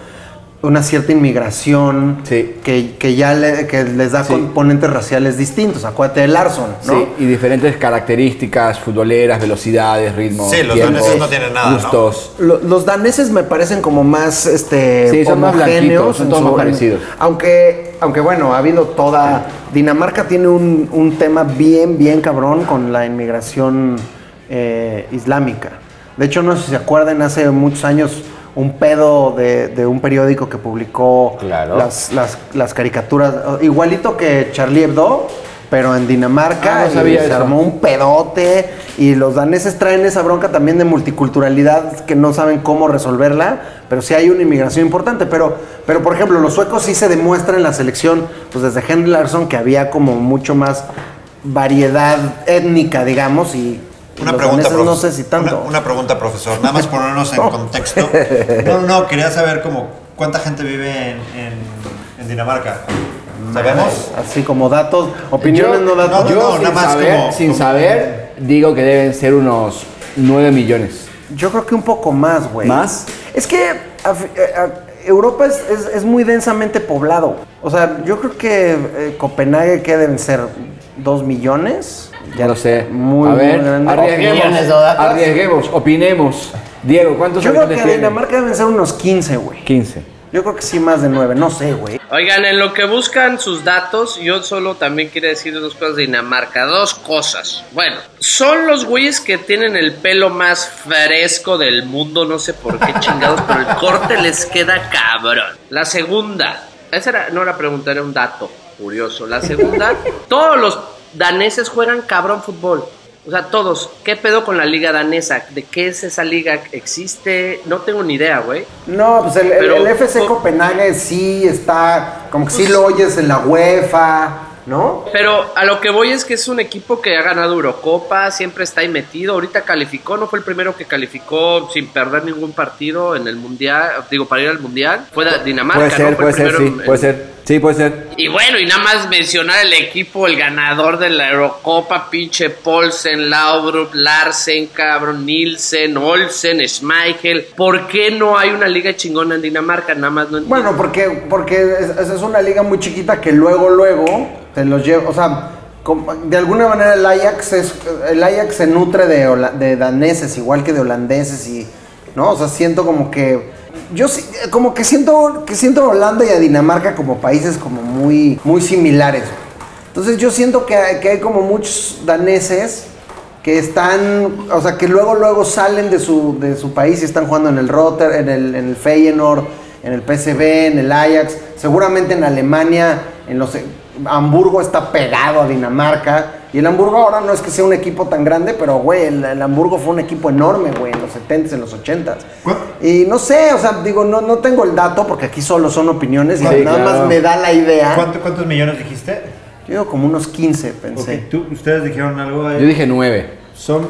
[SPEAKER 2] una cierta inmigración
[SPEAKER 1] Sí.
[SPEAKER 2] que, que ya le- que les da
[SPEAKER 1] Sí.
[SPEAKER 2] componentes raciales distintos. Acuérdate de Larson, ¿no?
[SPEAKER 1] Sí, y diferentes características futboleras, velocidades, ritmos.
[SPEAKER 5] Sí, los
[SPEAKER 1] tiempos,
[SPEAKER 5] daneses no tienen nada, ¿no?
[SPEAKER 1] Gustos.
[SPEAKER 2] Lo- los daneses me parecen como más este,
[SPEAKER 1] Sí, son más blanquitos,
[SPEAKER 2] homogéneos.
[SPEAKER 1] son
[SPEAKER 2] en
[SPEAKER 1] todos más parecidos.
[SPEAKER 2] Aunque, aunque bueno, ha habido toda... Dinamarca tiene un, un tema bien, bien cabrón con la inmigración eh, islámica. De hecho, no sé si se acuerdan, hace muchos años un pedo de, de un periódico que publicó
[SPEAKER 1] Claro.
[SPEAKER 2] las, las- las caricaturas, igualito que Charlie Hebdo, pero en Dinamarca.
[SPEAKER 1] Ah, no
[SPEAKER 2] y
[SPEAKER 1] sabía
[SPEAKER 2] se
[SPEAKER 1] eso.
[SPEAKER 2] armó un pedote y los daneses traen esa bronca también de multiculturalidad que no saben cómo resolverla, pero sí hay una inmigración importante. Pero, pero por ejemplo, los suecos sí se demuestra en la selección, pues desde Henry Larsson que había como mucho más variedad étnica, digamos, y, y
[SPEAKER 5] Una
[SPEAKER 2] los
[SPEAKER 5] pregunta,
[SPEAKER 2] daneses no
[SPEAKER 5] profe-
[SPEAKER 2] sé si tanto.
[SPEAKER 5] Una, una pregunta, profesor. Nada más ponernos en contexto. No, no, no, quería saber como cuánta gente vive en, en- en Dinamarca. ¿Sabemos?
[SPEAKER 2] Así como datos, opiniones
[SPEAKER 1] Yo-
[SPEAKER 2] no datos.
[SPEAKER 1] Yo,
[SPEAKER 5] no,
[SPEAKER 1] sin,
[SPEAKER 5] nada más
[SPEAKER 1] saber,
[SPEAKER 5] como-
[SPEAKER 1] sin
[SPEAKER 5] como-
[SPEAKER 1] saber, digo que deben ser unos 9 millones.
[SPEAKER 2] Yo creo que un poco más, güey.
[SPEAKER 1] ¿Más?
[SPEAKER 2] Es que af- eh, a- Europa es, es- es muy densamente poblado. O sea, yo creo que eh, Copenhague, ¿qué deben ser? ¿Dos millones?
[SPEAKER 1] Ya lo sé.
[SPEAKER 2] Muy,
[SPEAKER 1] A
[SPEAKER 2] muy
[SPEAKER 1] ver,
[SPEAKER 2] grande.
[SPEAKER 1] arriesguemos.
[SPEAKER 3] Opiniones o datos.
[SPEAKER 1] Arriesguemos, opinemos. Diego, ¿cuántos
[SPEAKER 2] Yo creo que
[SPEAKER 1] habitantes
[SPEAKER 2] a
[SPEAKER 1] tiene?
[SPEAKER 2] Dinamarca deben ser unos 15, güey.
[SPEAKER 1] 15.
[SPEAKER 2] Yo creo que sí, más de nueve. No sé, güey.
[SPEAKER 4] Oigan, en lo que buscan sus datos, yo solo también quiero decir dos cosas de Dinamarca. Dos cosas. Bueno, son los güeyes que tienen el pelo más fresco del mundo, no sé por qué chingados, pero el corte les queda cabrón. La segunda, esa era, no era pregunta, era un dato curioso. La segunda, todos los daneses juegan cabrón fútbol. O sea, todos, ¿qué pedo con la liga danesa? ¿De qué es esa liga? ¿Existe? No tengo ni idea, güey.
[SPEAKER 2] No, pues el, el-
[SPEAKER 4] Pero-
[SPEAKER 2] el FC Copenhague sí está, como que sí lo oyes en la UEFA, ¿no?
[SPEAKER 4] Pero a lo que voy es que es un equipo que ha ganado Eurocopa, siempre está ahí metido. Ahorita calificó, no fue el primero que calificó sin perder ningún partido en el Mundial, digo, para ir al Mundial. Fue da- Dinamarca,
[SPEAKER 1] Puede ser,
[SPEAKER 4] ¿no? Fue
[SPEAKER 1] puede
[SPEAKER 4] el
[SPEAKER 1] ser, sí,
[SPEAKER 4] primero en-
[SPEAKER 1] puede ser. Sí, puede ser.
[SPEAKER 4] Y bueno, y nada más mencionar el equipo, el ganador de la Eurocopa, pinche Paulsen, Laudrup, Larsen, cabrón, Nielsen, Olsen, Schmeichel. ¿Por qué no hay una liga chingona en Dinamarca? Nada más no entiendo.
[SPEAKER 2] Bueno, porque, porque es, es una liga muy chiquita que luego, luego te los lleva. O sea, com- de alguna manera el Ajax, es, el Ajax se nutre de, hola- de daneses, igual que de holandeses y. ¿No? O sea, siento como que. Yo sí- como que siento que siento a Holanda y a Dinamarca como países como muy, muy similares. Entonces yo siento que, hay- que hay como muchos daneses que están, o sea, que luego luego salen de su, de su país y están jugando en el Rotter, en el, en el Feyenoord, en el PSV, en el Ajax, seguramente en Alemania, en los Hamburgo está pegado a Dinamarca y el Hamburgo ahora no es que sea un equipo tan grande, pero güey, el, el Hamburgo fue un equipo enorme, güey, en los 70s, en los 80s.
[SPEAKER 5] ¿Cuál?
[SPEAKER 2] Y no sé, o sea, digo, no, no tengo el dato porque aquí solo son opiniones y
[SPEAKER 1] Sí,
[SPEAKER 2] nada
[SPEAKER 1] claro.
[SPEAKER 2] más me da la idea.
[SPEAKER 5] ¿Cuánto- ¿Cuántos millones dijiste?
[SPEAKER 2] Yo digo como unos 15, pensé.
[SPEAKER 5] Ok, tú- ustedes dijeron algo. eh,
[SPEAKER 1] Yo dije 9.
[SPEAKER 5] Son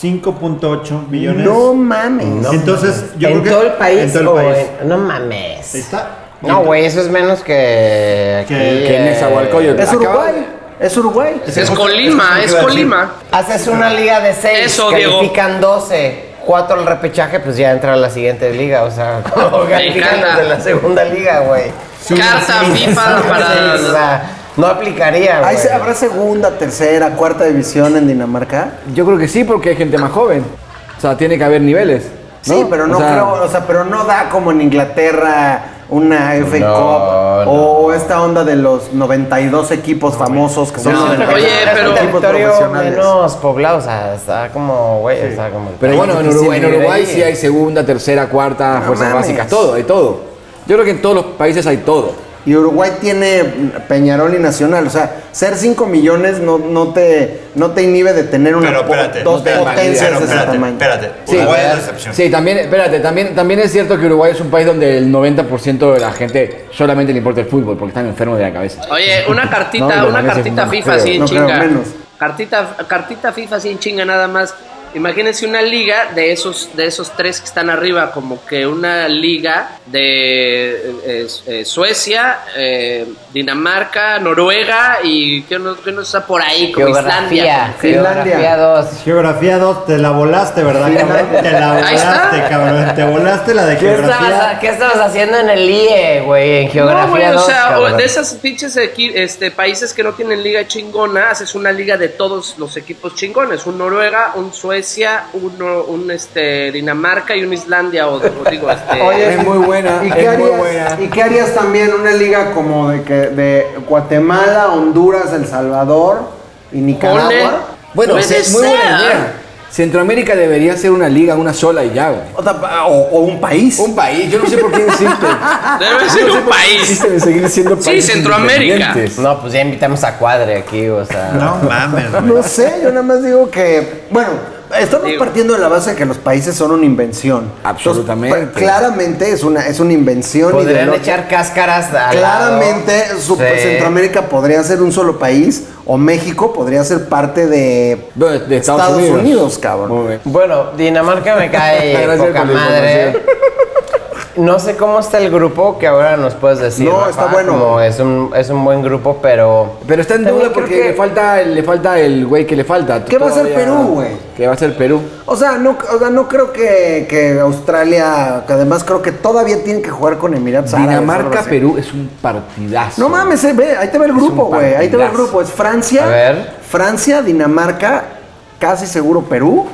[SPEAKER 5] 5.8 millones.
[SPEAKER 2] No mames.
[SPEAKER 5] Entonces, yo
[SPEAKER 3] ¿En
[SPEAKER 5] creo que-
[SPEAKER 3] todo el país?
[SPEAKER 5] En todo el
[SPEAKER 3] o
[SPEAKER 5] país.
[SPEAKER 3] en- No mames.
[SPEAKER 5] Ahí está.
[SPEAKER 3] No, güey, eso es menos que. aquí,
[SPEAKER 5] Que-
[SPEAKER 1] que en
[SPEAKER 3] eh,
[SPEAKER 1] Nezahualcóyotl.
[SPEAKER 2] Es
[SPEAKER 1] Acaba-
[SPEAKER 2] Uruguay. Es Uruguay.
[SPEAKER 4] es Colima, es
[SPEAKER 5] Eso es lo que iba a decir.
[SPEAKER 4] Colima.
[SPEAKER 3] Haces una liga de 6.
[SPEAKER 4] Eso, Diego.
[SPEAKER 3] califican 12. 4 al repechaje, pues ya entra a la siguiente liga. O sea, como califican
[SPEAKER 4] encanta.
[SPEAKER 3] los de la segunda liga, güey.
[SPEAKER 4] Carta FIFA
[SPEAKER 3] O
[SPEAKER 4] para...
[SPEAKER 3] sea, no aplicaría, güey.
[SPEAKER 2] Ahí se- habrá segunda, tercera, cuarta división en Dinamarca.
[SPEAKER 1] Yo creo que sí, porque hay gente más joven. O sea, tiene que haber niveles. ¿no?
[SPEAKER 2] Sí, pero
[SPEAKER 1] O
[SPEAKER 2] no
[SPEAKER 1] sea,
[SPEAKER 2] creo, o sea, pero no da como en Inglaterra una FA
[SPEAKER 3] No,
[SPEAKER 2] Cup
[SPEAKER 3] no.
[SPEAKER 2] o esta onda de los 92 equipos famosos que son
[SPEAKER 4] No,
[SPEAKER 2] 92
[SPEAKER 4] oye, pero-
[SPEAKER 3] Es un
[SPEAKER 2] equipos
[SPEAKER 3] territorio
[SPEAKER 2] profesionales.
[SPEAKER 3] menos poblado, o sea, está como, güey, está como...
[SPEAKER 1] Pero bueno, en
[SPEAKER 3] difícil
[SPEAKER 1] Uruguay, en
[SPEAKER 3] vivir
[SPEAKER 1] Uruguay
[SPEAKER 3] ahí.
[SPEAKER 1] sí hay segunda, tercera, cuarta,
[SPEAKER 2] No
[SPEAKER 1] fuerzas
[SPEAKER 2] mames.
[SPEAKER 1] básicas, todo, hay todo. Yo creo que en todos los países hay todo.
[SPEAKER 2] Y Uruguay tiene Peñarol y Nacional, o sea, ser 5 millones no, no te no te inhibe de tener una
[SPEAKER 5] Pero
[SPEAKER 2] po-
[SPEAKER 5] espérate,
[SPEAKER 2] dos
[SPEAKER 5] espérate,
[SPEAKER 2] potencias
[SPEAKER 5] pero
[SPEAKER 2] de ese
[SPEAKER 5] espérate,
[SPEAKER 2] tamaño.
[SPEAKER 5] Espérate, Uruguay es la excepción.
[SPEAKER 1] sí, también, espérate, también, también es cierto que Uruguay es un país donde el 90% de la gente solamente le importa el fútbol porque están enfermos de la cabeza.
[SPEAKER 4] Oye, una
[SPEAKER 1] No,
[SPEAKER 4] cartita,
[SPEAKER 1] lo
[SPEAKER 4] una
[SPEAKER 1] manejas
[SPEAKER 4] cartita
[SPEAKER 1] muy
[SPEAKER 4] FIFA
[SPEAKER 1] feo.
[SPEAKER 4] así en
[SPEAKER 2] No creo,
[SPEAKER 4] chinga.
[SPEAKER 2] menos.
[SPEAKER 4] Cartita, cartita FIFA así en chinga nada más. Imagínense una liga de esos, de esos tres que están arriba, como que una liga de eh, eh, Suecia, eh, Dinamarca, Noruega y que no, qué no está por ahí, como Islandia.
[SPEAKER 3] Geografía.
[SPEAKER 4] como que-
[SPEAKER 2] Finlandia.
[SPEAKER 3] Geografía 2.
[SPEAKER 5] Geografía 2, te la volaste, ¿verdad, cabrón? Te la
[SPEAKER 4] Ahí está.
[SPEAKER 5] volaste, cabrón. Te volaste la de
[SPEAKER 3] ¿Qué estabas,
[SPEAKER 5] geografía.
[SPEAKER 3] qué estabas haciendo en el IE, güey? En
[SPEAKER 4] No, güey,
[SPEAKER 3] Geografía 2.
[SPEAKER 4] o sea, o
[SPEAKER 3] cabrón?
[SPEAKER 4] de esas pinches equi- este, países que no tienen liga chingona, haces una liga de todos los equipos chingones. Un Noruega, un Suecia, uno, un este, Dinamarca y un Islandia, o, o digo, este...
[SPEAKER 2] Oye,
[SPEAKER 6] Es muy buena,
[SPEAKER 2] ¿y
[SPEAKER 6] es
[SPEAKER 2] qué,
[SPEAKER 6] muy
[SPEAKER 2] harías,
[SPEAKER 6] buena.
[SPEAKER 2] ¿Y qué harías también? Una liga como de, que, de Guatemala, Honduras, El Salvador y Nicaragua.
[SPEAKER 4] Ole.
[SPEAKER 6] Bueno,
[SPEAKER 4] Puede
[SPEAKER 6] sí, es muy buena
[SPEAKER 4] ser.
[SPEAKER 6] idea. Centroamérica debería ser una liga, una sola y ya, güey.
[SPEAKER 2] O, sea, o- o un país.
[SPEAKER 6] Un país, yo no sé por qué existe.
[SPEAKER 4] Debe ser un país.
[SPEAKER 6] Existen de seguir siendo
[SPEAKER 4] Sí,
[SPEAKER 6] países
[SPEAKER 4] Centroamérica.
[SPEAKER 6] independientes.
[SPEAKER 3] No, pues ya invitamos a Cuadre aquí, o sea.
[SPEAKER 5] No mames,
[SPEAKER 2] No
[SPEAKER 5] güey.
[SPEAKER 2] sé, yo nada más digo que, bueno, estamos
[SPEAKER 4] Digo.
[SPEAKER 2] partiendo de la base de que los países son una invención.
[SPEAKER 6] Absolutamente.
[SPEAKER 2] Entonces, pa- claramente es una, es una invención.
[SPEAKER 3] Podrían
[SPEAKER 2] ideológica.
[SPEAKER 3] echar cáscaras a
[SPEAKER 2] Claramente su- Centroamérica podría ser un solo país o México podría ser parte de,
[SPEAKER 6] No, de- de Estados Unidos.
[SPEAKER 2] cabrón.
[SPEAKER 6] Muy bien.
[SPEAKER 3] Bueno, Dinamarca me cae
[SPEAKER 6] Gracias
[SPEAKER 3] poca
[SPEAKER 6] por la
[SPEAKER 3] madre.
[SPEAKER 6] información.
[SPEAKER 3] No sé cómo está el grupo que ahora nos puedes decir.
[SPEAKER 2] No,
[SPEAKER 3] Rafa,
[SPEAKER 2] está bueno.
[SPEAKER 3] como es, un, es un buen grupo, pero.
[SPEAKER 6] Pero está en
[SPEAKER 3] También
[SPEAKER 6] duda
[SPEAKER 3] creo
[SPEAKER 6] porque
[SPEAKER 3] que-
[SPEAKER 6] le falta le falta el güey que le falta.
[SPEAKER 2] ¿Qué va a ser
[SPEAKER 6] Todavía-
[SPEAKER 2] Perú, güey?
[SPEAKER 6] ¿Qué va a ser Perú?
[SPEAKER 2] O sea, no, o sea, no creo que, que Australia, que además creo que todavía tienen que jugar con Emiratos Árabes, algo
[SPEAKER 6] Dinamarca,
[SPEAKER 2] así.
[SPEAKER 6] Perú es un partidazo.
[SPEAKER 2] No mames, eh, ve, ahí te ve el
[SPEAKER 6] Es un
[SPEAKER 2] grupo, güey. Ahí te ve el
[SPEAKER 6] partidazo.
[SPEAKER 2] grupo. Es Francia,
[SPEAKER 3] A ver.
[SPEAKER 2] Francia, Dinamarca, casi seguro Perú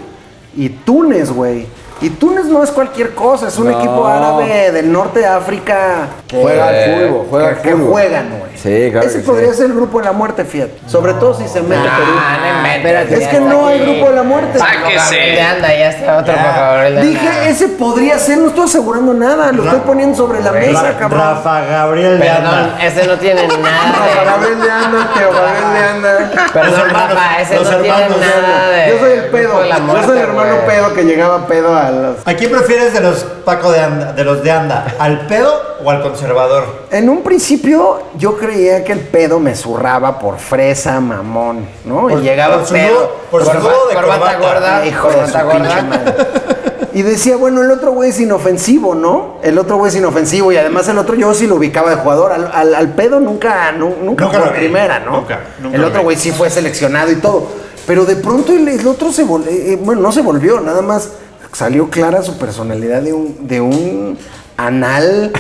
[SPEAKER 2] y Túnez, güey. Y Túnez no es cualquier cosa, es un
[SPEAKER 6] No.
[SPEAKER 2] equipo árabe del norte de África. que-
[SPEAKER 6] Juega al fútbol, juega al
[SPEAKER 2] que, que
[SPEAKER 6] fútbol.
[SPEAKER 2] juegan, güey.
[SPEAKER 6] Sí, claro
[SPEAKER 2] Ese
[SPEAKER 6] que
[SPEAKER 2] podría
[SPEAKER 6] sí.
[SPEAKER 2] ser el grupo de la muerte, Fiat. Sobre todo si se mete
[SPEAKER 3] Ah,
[SPEAKER 2] Perú.
[SPEAKER 3] no inventes,
[SPEAKER 6] espérate,
[SPEAKER 3] ya
[SPEAKER 2] Es que
[SPEAKER 3] está
[SPEAKER 2] no hay
[SPEAKER 3] aquí.
[SPEAKER 2] grupo de la muerte.
[SPEAKER 4] Saca.
[SPEAKER 3] Paco
[SPEAKER 4] Sáquese.
[SPEAKER 3] Gabriel de anda, ya está otro Paco Gabriel de Anda.
[SPEAKER 2] Dije, ese podría ser, no estoy asegurando nada, lo estoy poniendo sobre la
[SPEAKER 3] Güey,
[SPEAKER 2] mesa,
[SPEAKER 5] Ra-
[SPEAKER 2] cabrón.
[SPEAKER 5] Rafa Gabriel de
[SPEAKER 3] Perdón, eh,
[SPEAKER 5] Anda.
[SPEAKER 3] ese no tiene nada de.
[SPEAKER 2] Gabriel le anda, Teo, Gabriel le anda.
[SPEAKER 5] Los
[SPEAKER 3] Perdón,
[SPEAKER 5] hermanos-
[SPEAKER 3] Rafa, ese
[SPEAKER 5] los
[SPEAKER 3] no tiene
[SPEAKER 5] hermanos de
[SPEAKER 3] nada
[SPEAKER 5] Anda.
[SPEAKER 3] de.
[SPEAKER 2] Yo soy el
[SPEAKER 3] grupo
[SPEAKER 2] pedo.
[SPEAKER 3] de la
[SPEAKER 2] yo soy
[SPEAKER 3] muerte,
[SPEAKER 2] el hermano
[SPEAKER 3] güey.
[SPEAKER 2] pedo que llegaba pedo a las.
[SPEAKER 5] ¿A quién prefieres de los Paco de Anda, de los de Anda? ¿Al pedo o al conservador?
[SPEAKER 2] En un principio yo creía que el pedo me zurraba por fresa, mamón, ¿no?
[SPEAKER 5] Por-
[SPEAKER 2] y llegaba
[SPEAKER 5] por su
[SPEAKER 2] pedo.
[SPEAKER 5] nudo- por su
[SPEAKER 2] corba-
[SPEAKER 5] nudo de
[SPEAKER 3] corbata
[SPEAKER 5] corbata.
[SPEAKER 3] gorda,
[SPEAKER 2] Ah, Hijo de su
[SPEAKER 3] corbata
[SPEAKER 2] pinche
[SPEAKER 3] gorda.
[SPEAKER 2] madre. Y decía, bueno, el otro güey es inofensivo, ¿no? El otro güey es inofensivo y además el otro yo sí lo ubicaba de jugador. Al, al- al pedo nunca, nu- nunca,
[SPEAKER 5] Nunca
[SPEAKER 2] fue
[SPEAKER 5] lo vi.
[SPEAKER 2] primera, ¿no?
[SPEAKER 5] Nunca, nunca
[SPEAKER 2] el
[SPEAKER 5] lo
[SPEAKER 2] otro
[SPEAKER 5] vi.
[SPEAKER 2] güey sí fue seleccionado y todo. Pero de pronto el, el otro se volvió, bueno, no se volvió, nada más salió clara su personalidad de un, de un anal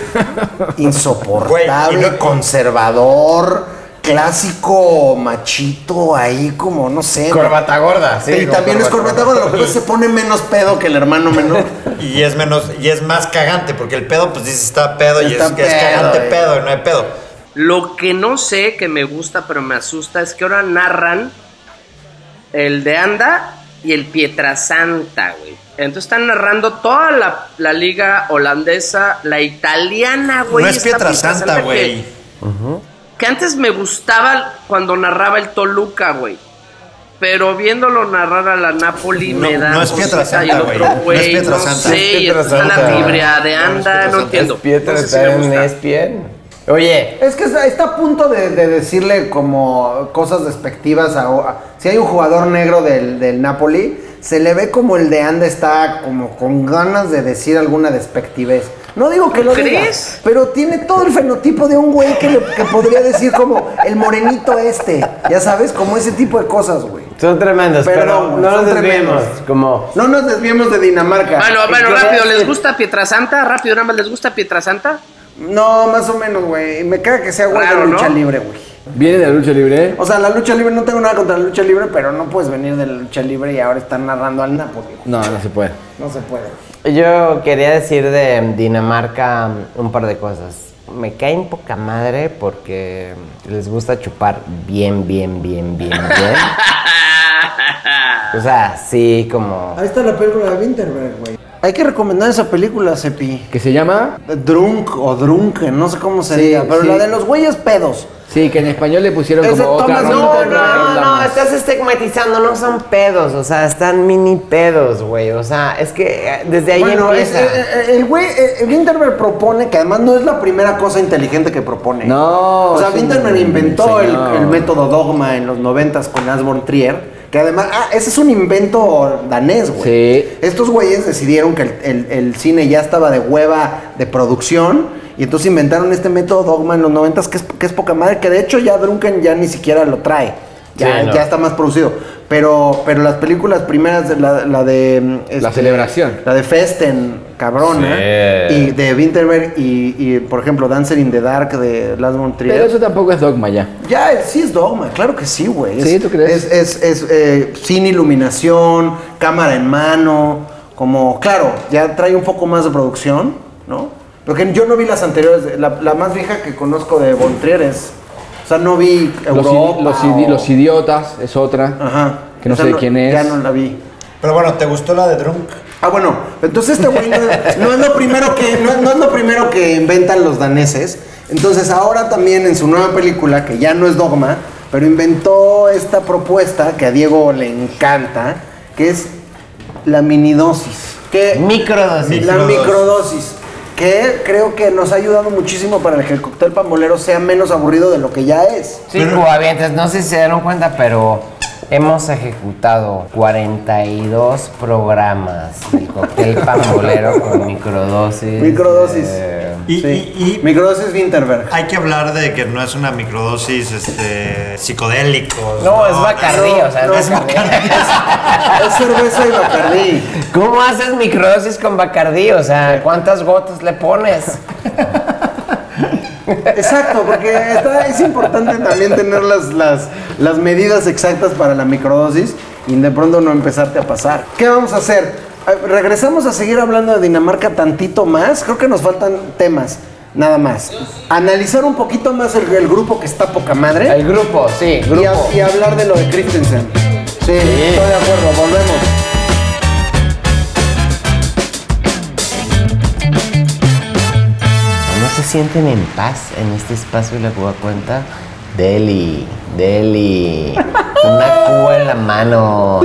[SPEAKER 2] insoportable,
[SPEAKER 5] Güey, y no-
[SPEAKER 2] conservador, clásico machito ahí como, no sé.
[SPEAKER 3] Corbata gorda, sí.
[SPEAKER 2] y
[SPEAKER 3] con
[SPEAKER 2] también es corbata, bueno, lo que pasa es que se pone menos pedo que el hermano menor.
[SPEAKER 5] Y es menos, y es más cagante, porque el pedo, pues dices, está pedo y
[SPEAKER 2] Está
[SPEAKER 5] es, que es
[SPEAKER 2] pedo,
[SPEAKER 5] cagante
[SPEAKER 2] güey.
[SPEAKER 5] pedo y no hay pedo.
[SPEAKER 4] Lo que no sé, que me gusta, pero me asusta, es que ahora narran el de Anda y el Pietrasanta, güey. Entonces están narrando toda la, la liga holandesa, la italiana, güey.
[SPEAKER 5] no es
[SPEAKER 4] esta
[SPEAKER 5] Pietrasanta,
[SPEAKER 4] que-
[SPEAKER 5] güey.
[SPEAKER 4] que antes me gustaba cuando narraba el Toluca, güey. Pero viéndolo narrar a la Napoli
[SPEAKER 5] No,
[SPEAKER 4] me da.
[SPEAKER 5] no es
[SPEAKER 4] cosita.
[SPEAKER 5] Pietrasanta,
[SPEAKER 4] Y el otro,
[SPEAKER 5] güey. No es
[SPEAKER 4] No
[SPEAKER 5] Pietrasanta.
[SPEAKER 4] sé, y está la
[SPEAKER 3] Pietrasanta.
[SPEAKER 4] tibia de anda, no,
[SPEAKER 5] Pietrasanta.
[SPEAKER 4] entiendo.
[SPEAKER 3] Pietra
[SPEAKER 4] No sé si
[SPEAKER 3] está
[SPEAKER 4] me
[SPEAKER 3] en
[SPEAKER 4] gusta.
[SPEAKER 3] ESPN. Oye,
[SPEAKER 2] Es que está, está a punto de, de decirle como cosas despectivas a, a- Si hay un jugador negro del, del Napoli, se le ve como el de Anda está como con ganas de decir alguna despectivez. No digo que lo diga,
[SPEAKER 4] ¿Crees?
[SPEAKER 2] pero tiene todo el fenotipo de un güey que, le- que podría decir como el morenito este. Ya sabes, como ese tipo de cosas, güey.
[SPEAKER 3] son tremendos,
[SPEAKER 2] Perdón,
[SPEAKER 3] pero
[SPEAKER 2] güey,
[SPEAKER 3] no
[SPEAKER 2] son
[SPEAKER 3] nos
[SPEAKER 2] tremendos.
[SPEAKER 3] desviemos. Como.
[SPEAKER 2] No nos desviemos de Dinamarca.
[SPEAKER 4] Bueno, Ah, bueno,
[SPEAKER 3] Yo-
[SPEAKER 4] rápido, ¿les gusta Pietrasanta? Rápido, nada más, ¿les gusta Pietrasanta?
[SPEAKER 2] No, más o menos, güey. Me caga que sea güey de
[SPEAKER 4] Raro, ¿no?
[SPEAKER 2] lucha libre, güey.
[SPEAKER 6] Viene de la lucha libre.
[SPEAKER 2] O sea, la lucha libre, no tengo nada contra la lucha libre, pero no puedes venir de la lucha libre y ahora están narrando al Napoli.
[SPEAKER 6] No, no se puede.
[SPEAKER 2] No se puede.
[SPEAKER 3] Yo quería decir de Dinamarca un par de cosas. Me caen poca madre porque les gusta chupar bien, bien, bien, bien, bien. O sea, sí, como.
[SPEAKER 2] Ahí está la película de Winterberg, güey. Hay que recomendar esa película, Cepi.
[SPEAKER 6] Que se llama.
[SPEAKER 2] Drunk o Drunken, no sé cómo se
[SPEAKER 6] Sí,
[SPEAKER 2] diga, pero
[SPEAKER 6] sí.
[SPEAKER 2] la de los güeyes pedos.
[SPEAKER 6] Sí, que en español le pusieron
[SPEAKER 2] Ese
[SPEAKER 6] como otra
[SPEAKER 2] Thomas
[SPEAKER 6] ronda,
[SPEAKER 2] Winter,
[SPEAKER 6] otra
[SPEAKER 3] No,
[SPEAKER 6] ronda
[SPEAKER 3] no,
[SPEAKER 6] más.
[SPEAKER 3] estás estigmatizando, no son pedos, o sea, están mini pedos, güey. O sea, es que eh, desde ahí
[SPEAKER 2] bueno, es-
[SPEAKER 3] empieza.
[SPEAKER 2] eh, eh, el güey, eh, Winterberg propone, que además no es la primera cosa inteligente que propone.
[SPEAKER 6] No,
[SPEAKER 2] O sea,
[SPEAKER 6] es un
[SPEAKER 2] Winterberg inventó el,
[SPEAKER 6] señor.
[SPEAKER 2] el método dogma en los noventas con Asborn Trier, Que además, ah, ese es un invento danés, güey.
[SPEAKER 1] Sí.
[SPEAKER 2] Estos güeyes decidieron que el, el- el cine ya estaba de hueva de producción y entonces inventaron este método dogma en los noventas que es, que es poca madre, que de hecho ya Drunken ya ni siquiera lo trae. Ya,
[SPEAKER 3] Sí, no.
[SPEAKER 2] ya está más producido. Pero, pero las películas primeras, de la, la de... mm, este,
[SPEAKER 1] celebración.
[SPEAKER 2] La de Festen, cabrona.
[SPEAKER 5] Sí.
[SPEAKER 2] Y de Winterberg y, y, por ejemplo, Dancer in the Dark de Lars von Trier.
[SPEAKER 1] Pero eso tampoco es dogma ya.
[SPEAKER 2] Ya, eh, sí es dogma, claro que sí, güey. Es-
[SPEAKER 1] Sí, ¿tú crees?
[SPEAKER 2] Es, es- es, eh, sin iluminación, cámara en mano, como, claro, ya trae un poco más de producción, ¿no? Porque yo no vi las anteriores, de- la, la más vieja que conozco de Bontrier es, o sea, no vi
[SPEAKER 1] Los, idi-
[SPEAKER 2] Europa.
[SPEAKER 1] los idi-
[SPEAKER 2] o-
[SPEAKER 1] los idiotas es otra.
[SPEAKER 2] Ajá.
[SPEAKER 1] Que no
[SPEAKER 2] Esa
[SPEAKER 1] sé de quién es.
[SPEAKER 2] Ya no la vi.
[SPEAKER 5] Pero bueno, ¿te gustó la de Drunk?
[SPEAKER 2] Ah, bueno, entonces este güey no, no es lo primero que, no, no es lo primero que inventan los daneses. Entonces ahora también en su nueva película, que ya no es dogma, pero inventó esta propuesta que a Diego le encanta, que es la minidosis.
[SPEAKER 3] eh,
[SPEAKER 2] Que
[SPEAKER 3] Microdosis.
[SPEAKER 2] La
[SPEAKER 5] Microdosis.
[SPEAKER 2] microdosis. Que creo que nos ha ayudado muchísimo para que el cóctel pambolero sea menos aburrido de lo que ya es.
[SPEAKER 3] Sí, cubavientes, no sé si se dieron cuenta, pero hemos ejecutado 42 programas del cóctel pambolero con microdosis.
[SPEAKER 2] Microdosis.
[SPEAKER 3] eh,
[SPEAKER 5] Y,
[SPEAKER 2] Sí.
[SPEAKER 5] y- y
[SPEAKER 2] Microdosis Winterberg.
[SPEAKER 5] hay que hablar de que no es una microdosis este, psicodélicos.
[SPEAKER 3] no, es bacardí, o sea,
[SPEAKER 2] no,
[SPEAKER 3] es bacardí.
[SPEAKER 2] Es cerveza y bacardí.
[SPEAKER 3] ¿Cómo haces microdosis con bacardí? O sea, ¿cuántas gotas le pones?
[SPEAKER 2] Exacto, porque está- es importante también tener las, las, las medidas exactas para la microdosis y de pronto no empezarte a pasar. ¿Qué vamos a hacer? Eh, Regresamos a seguir hablando de Dinamarca tantito más. Creo que nos faltan temas, nada más. Analizar un poquito más el, el grupo que está poca madre
[SPEAKER 3] El grupo, sí,
[SPEAKER 2] y,
[SPEAKER 3] grupo.
[SPEAKER 2] a- y hablar de lo de Christensen. Sí, estoy de acuerdo, volvemos.
[SPEAKER 3] No se sienten en paz en este espacio de la Cuba Cuenta. Deli, Deli. Una cuba en la mano.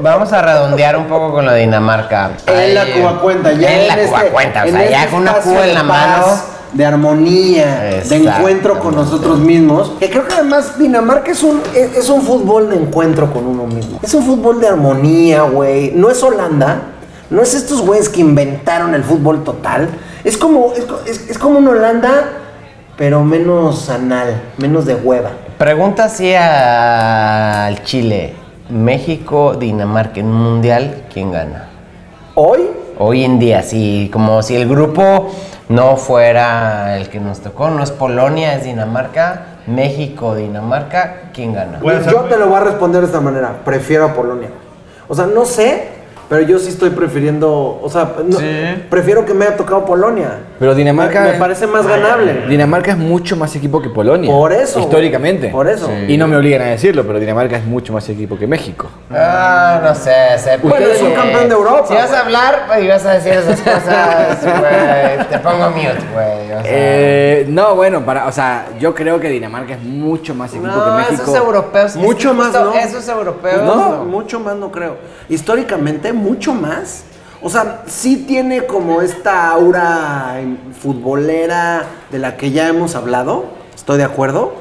[SPEAKER 3] Vamos a redondear un poco con la Dinamarca.
[SPEAKER 2] En la
[SPEAKER 3] Ay,
[SPEAKER 2] Cuba cuenta, ya
[SPEAKER 3] En, la
[SPEAKER 2] este-
[SPEAKER 3] Cuba Cuenta, o
[SPEAKER 2] en
[SPEAKER 3] sea,
[SPEAKER 2] este
[SPEAKER 3] ya con una
[SPEAKER 2] espacio
[SPEAKER 3] cuba en
[SPEAKER 2] de
[SPEAKER 3] la
[SPEAKER 2] paz,
[SPEAKER 3] mano.
[SPEAKER 2] De armonía, de
[SPEAKER 3] Exactamente.
[SPEAKER 2] encuentro con nosotros mismos. Que creo que además Dinamarca es un, es, es un fútbol de encuentro con uno mismo. Es un fútbol de armonía, güey. No es Holanda. No es estos güeyes que inventaron el fútbol total. Es como, es, co- es- es como una Holanda, pero menos anal, menos de hueva.
[SPEAKER 3] Pregunta así a- al Chile. México, Dinamarca, en un mundial, ¿quién gana?
[SPEAKER 2] Hoy,
[SPEAKER 3] Hoy en día, sí, como si el grupo no fuera el que nos tocó, no es Polonia, es Dinamarca, México, Dinamarca, ¿quién gana?
[SPEAKER 5] Puede ser-
[SPEAKER 2] yo te lo voy a responder de esta manera. Prefiero a Polonia. O sea, no sé, pero yo sí estoy prefiriendo. O sea, no- prefiero que me haya tocado Polonia.
[SPEAKER 1] Pero Dinamarca. Ah,
[SPEAKER 2] Me, me parece más ganable.
[SPEAKER 1] Dinamarca es mucho más equipo que Polonia.
[SPEAKER 2] Por eso.
[SPEAKER 1] Históricamente.
[SPEAKER 2] Por eso.
[SPEAKER 1] Y no me obligan a decirlo, pero Dinamarca es mucho más equipo que México.
[SPEAKER 3] Ah, no sé, se
[SPEAKER 2] Bueno, es un campeón de Europa,
[SPEAKER 3] Si vas
[SPEAKER 2] güey.
[SPEAKER 3] a hablar pues, y vas a decir esas cosas, güey, te pongo mute, güey. o sea.
[SPEAKER 6] Eh, no, bueno, para, o sea, yo creo que Dinamarca es mucho más equipo que
[SPEAKER 3] no,
[SPEAKER 6] México.
[SPEAKER 3] esos europeos.
[SPEAKER 2] Mucho más,
[SPEAKER 3] esto-
[SPEAKER 2] ¿no? Pues
[SPEAKER 3] Esos europeos.
[SPEAKER 2] No,
[SPEAKER 3] no.
[SPEAKER 2] mucho más no creo. Históricamente, mucho más. O sea, sí tiene como esta aura em, futbolera de la que ya hemos hablado. Estoy de acuerdo.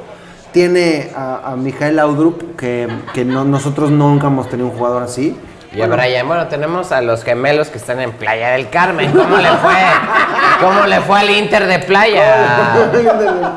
[SPEAKER 2] Tiene a, a Mijael Audrup, que, que no- nosotros nunca hemos tenido un jugador así.
[SPEAKER 3] Y a Brian, bueno, tenemos a los gemelos que están en Playa del Carmen. ¿Cómo le fue? ¿Cómo le fue al Inter de Playa?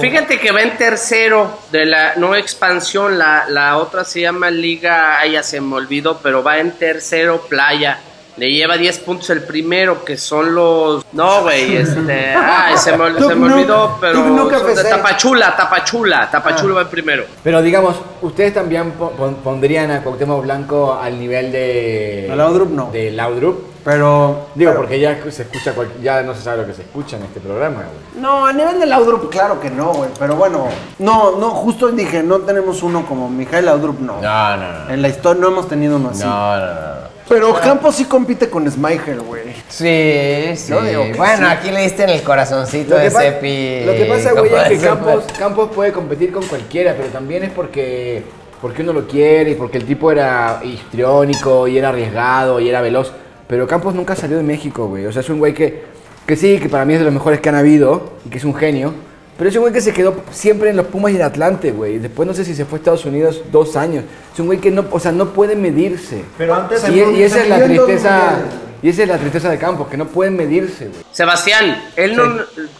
[SPEAKER 4] Fíjate que va en tercero de la no expansión, la, la otra se llama Liga, ay, ya se me olvidó, pero va en tercero playa. Le lleva 10 puntos el primero, que son los... No, güey, este... Ay, se me, ol- se me
[SPEAKER 2] Tugnuk,
[SPEAKER 4] olvidó, pero...
[SPEAKER 2] Tugnuk
[SPEAKER 4] son de
[SPEAKER 2] FC.
[SPEAKER 4] Tapachula, Tapachula, Tapachula va en primero.
[SPEAKER 6] Pero digamos, ustedes también po- pon- pondrían a Cuauhtémoc Blanco al nivel de.
[SPEAKER 2] Al Laudrup no.
[SPEAKER 6] De Laudrup.
[SPEAKER 2] Pero.
[SPEAKER 6] Digo,
[SPEAKER 2] pero-
[SPEAKER 6] porque ya se escucha, cual- ya no se sabe lo que se escucha en este programa. güey.
[SPEAKER 2] No, a nivel de Laudrup, claro que no, güey. Pero bueno. No, no, justo dije, no tenemos uno como Mijael Laudrup, no.
[SPEAKER 3] No, no, no.
[SPEAKER 2] En la historia no hemos tenido uno así.
[SPEAKER 3] No, no, no. no.
[SPEAKER 2] Pero Campos sí compite con Smiger, güey.
[SPEAKER 3] Sí, sí.
[SPEAKER 6] Yo digo
[SPEAKER 2] pues,
[SPEAKER 6] que
[SPEAKER 3] bueno,
[SPEAKER 6] sí.
[SPEAKER 3] aquí le diste en el corazoncito
[SPEAKER 6] Lo que,
[SPEAKER 3] de
[SPEAKER 6] pa-
[SPEAKER 3] Cepi.
[SPEAKER 6] lo que pasa,
[SPEAKER 3] como
[SPEAKER 6] güey, es que
[SPEAKER 3] dice,
[SPEAKER 6] Campos, Campos puede competir con cualquiera, pero también es porque, porque uno lo quiere y porque el tipo era histriónico y era arriesgado y era veloz. Pero Campos nunca salió de México, güey. O sea, es un güey que, que sí, que para mí es de los mejores que han habido y que es un genio.
[SPEAKER 1] Pero es un güey que se quedó siempre en los Pumas y en Atlante, güey. Después no sé si se fue a Estados Unidos dos años. Es un güey que no, o sea, no puede medirse.
[SPEAKER 5] Pero antes
[SPEAKER 1] y,
[SPEAKER 5] el
[SPEAKER 1] y esa es la
[SPEAKER 2] Yo no
[SPEAKER 1] tristeza.
[SPEAKER 2] me mido.
[SPEAKER 1] Y esa es la tristeza de Campos, que no pueden medirse, güey.
[SPEAKER 4] Sebastián, él no,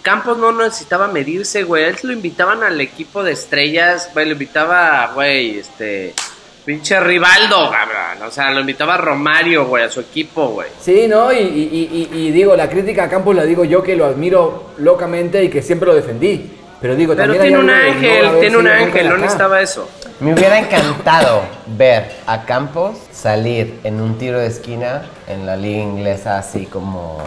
[SPEAKER 4] Campos no necesitaba medirse, güey. Él lo invitaban al equipo de estrellas, güey, lo invitaba, güey, este, pinche Rivaldo, cabrón. O sea, lo invitaba a Romario, güey, a su equipo, güey.
[SPEAKER 1] Sí, ¿no? Y, y- y- y digo, la crítica a Campos la digo yo que lo admiro locamente y que siempre lo defendí. Pero digo,
[SPEAKER 4] Pero
[SPEAKER 1] también
[SPEAKER 4] tiene
[SPEAKER 1] hay
[SPEAKER 4] un
[SPEAKER 1] algo de no
[SPEAKER 4] ángel,
[SPEAKER 1] haber
[SPEAKER 4] tiene
[SPEAKER 1] sido
[SPEAKER 4] un
[SPEAKER 1] nunca
[SPEAKER 4] ángel, no
[SPEAKER 1] acá.
[SPEAKER 4] necesitaba eso.
[SPEAKER 3] Me hubiera encantado ver a Campos salir en un tiro de esquina en la liga inglesa así como...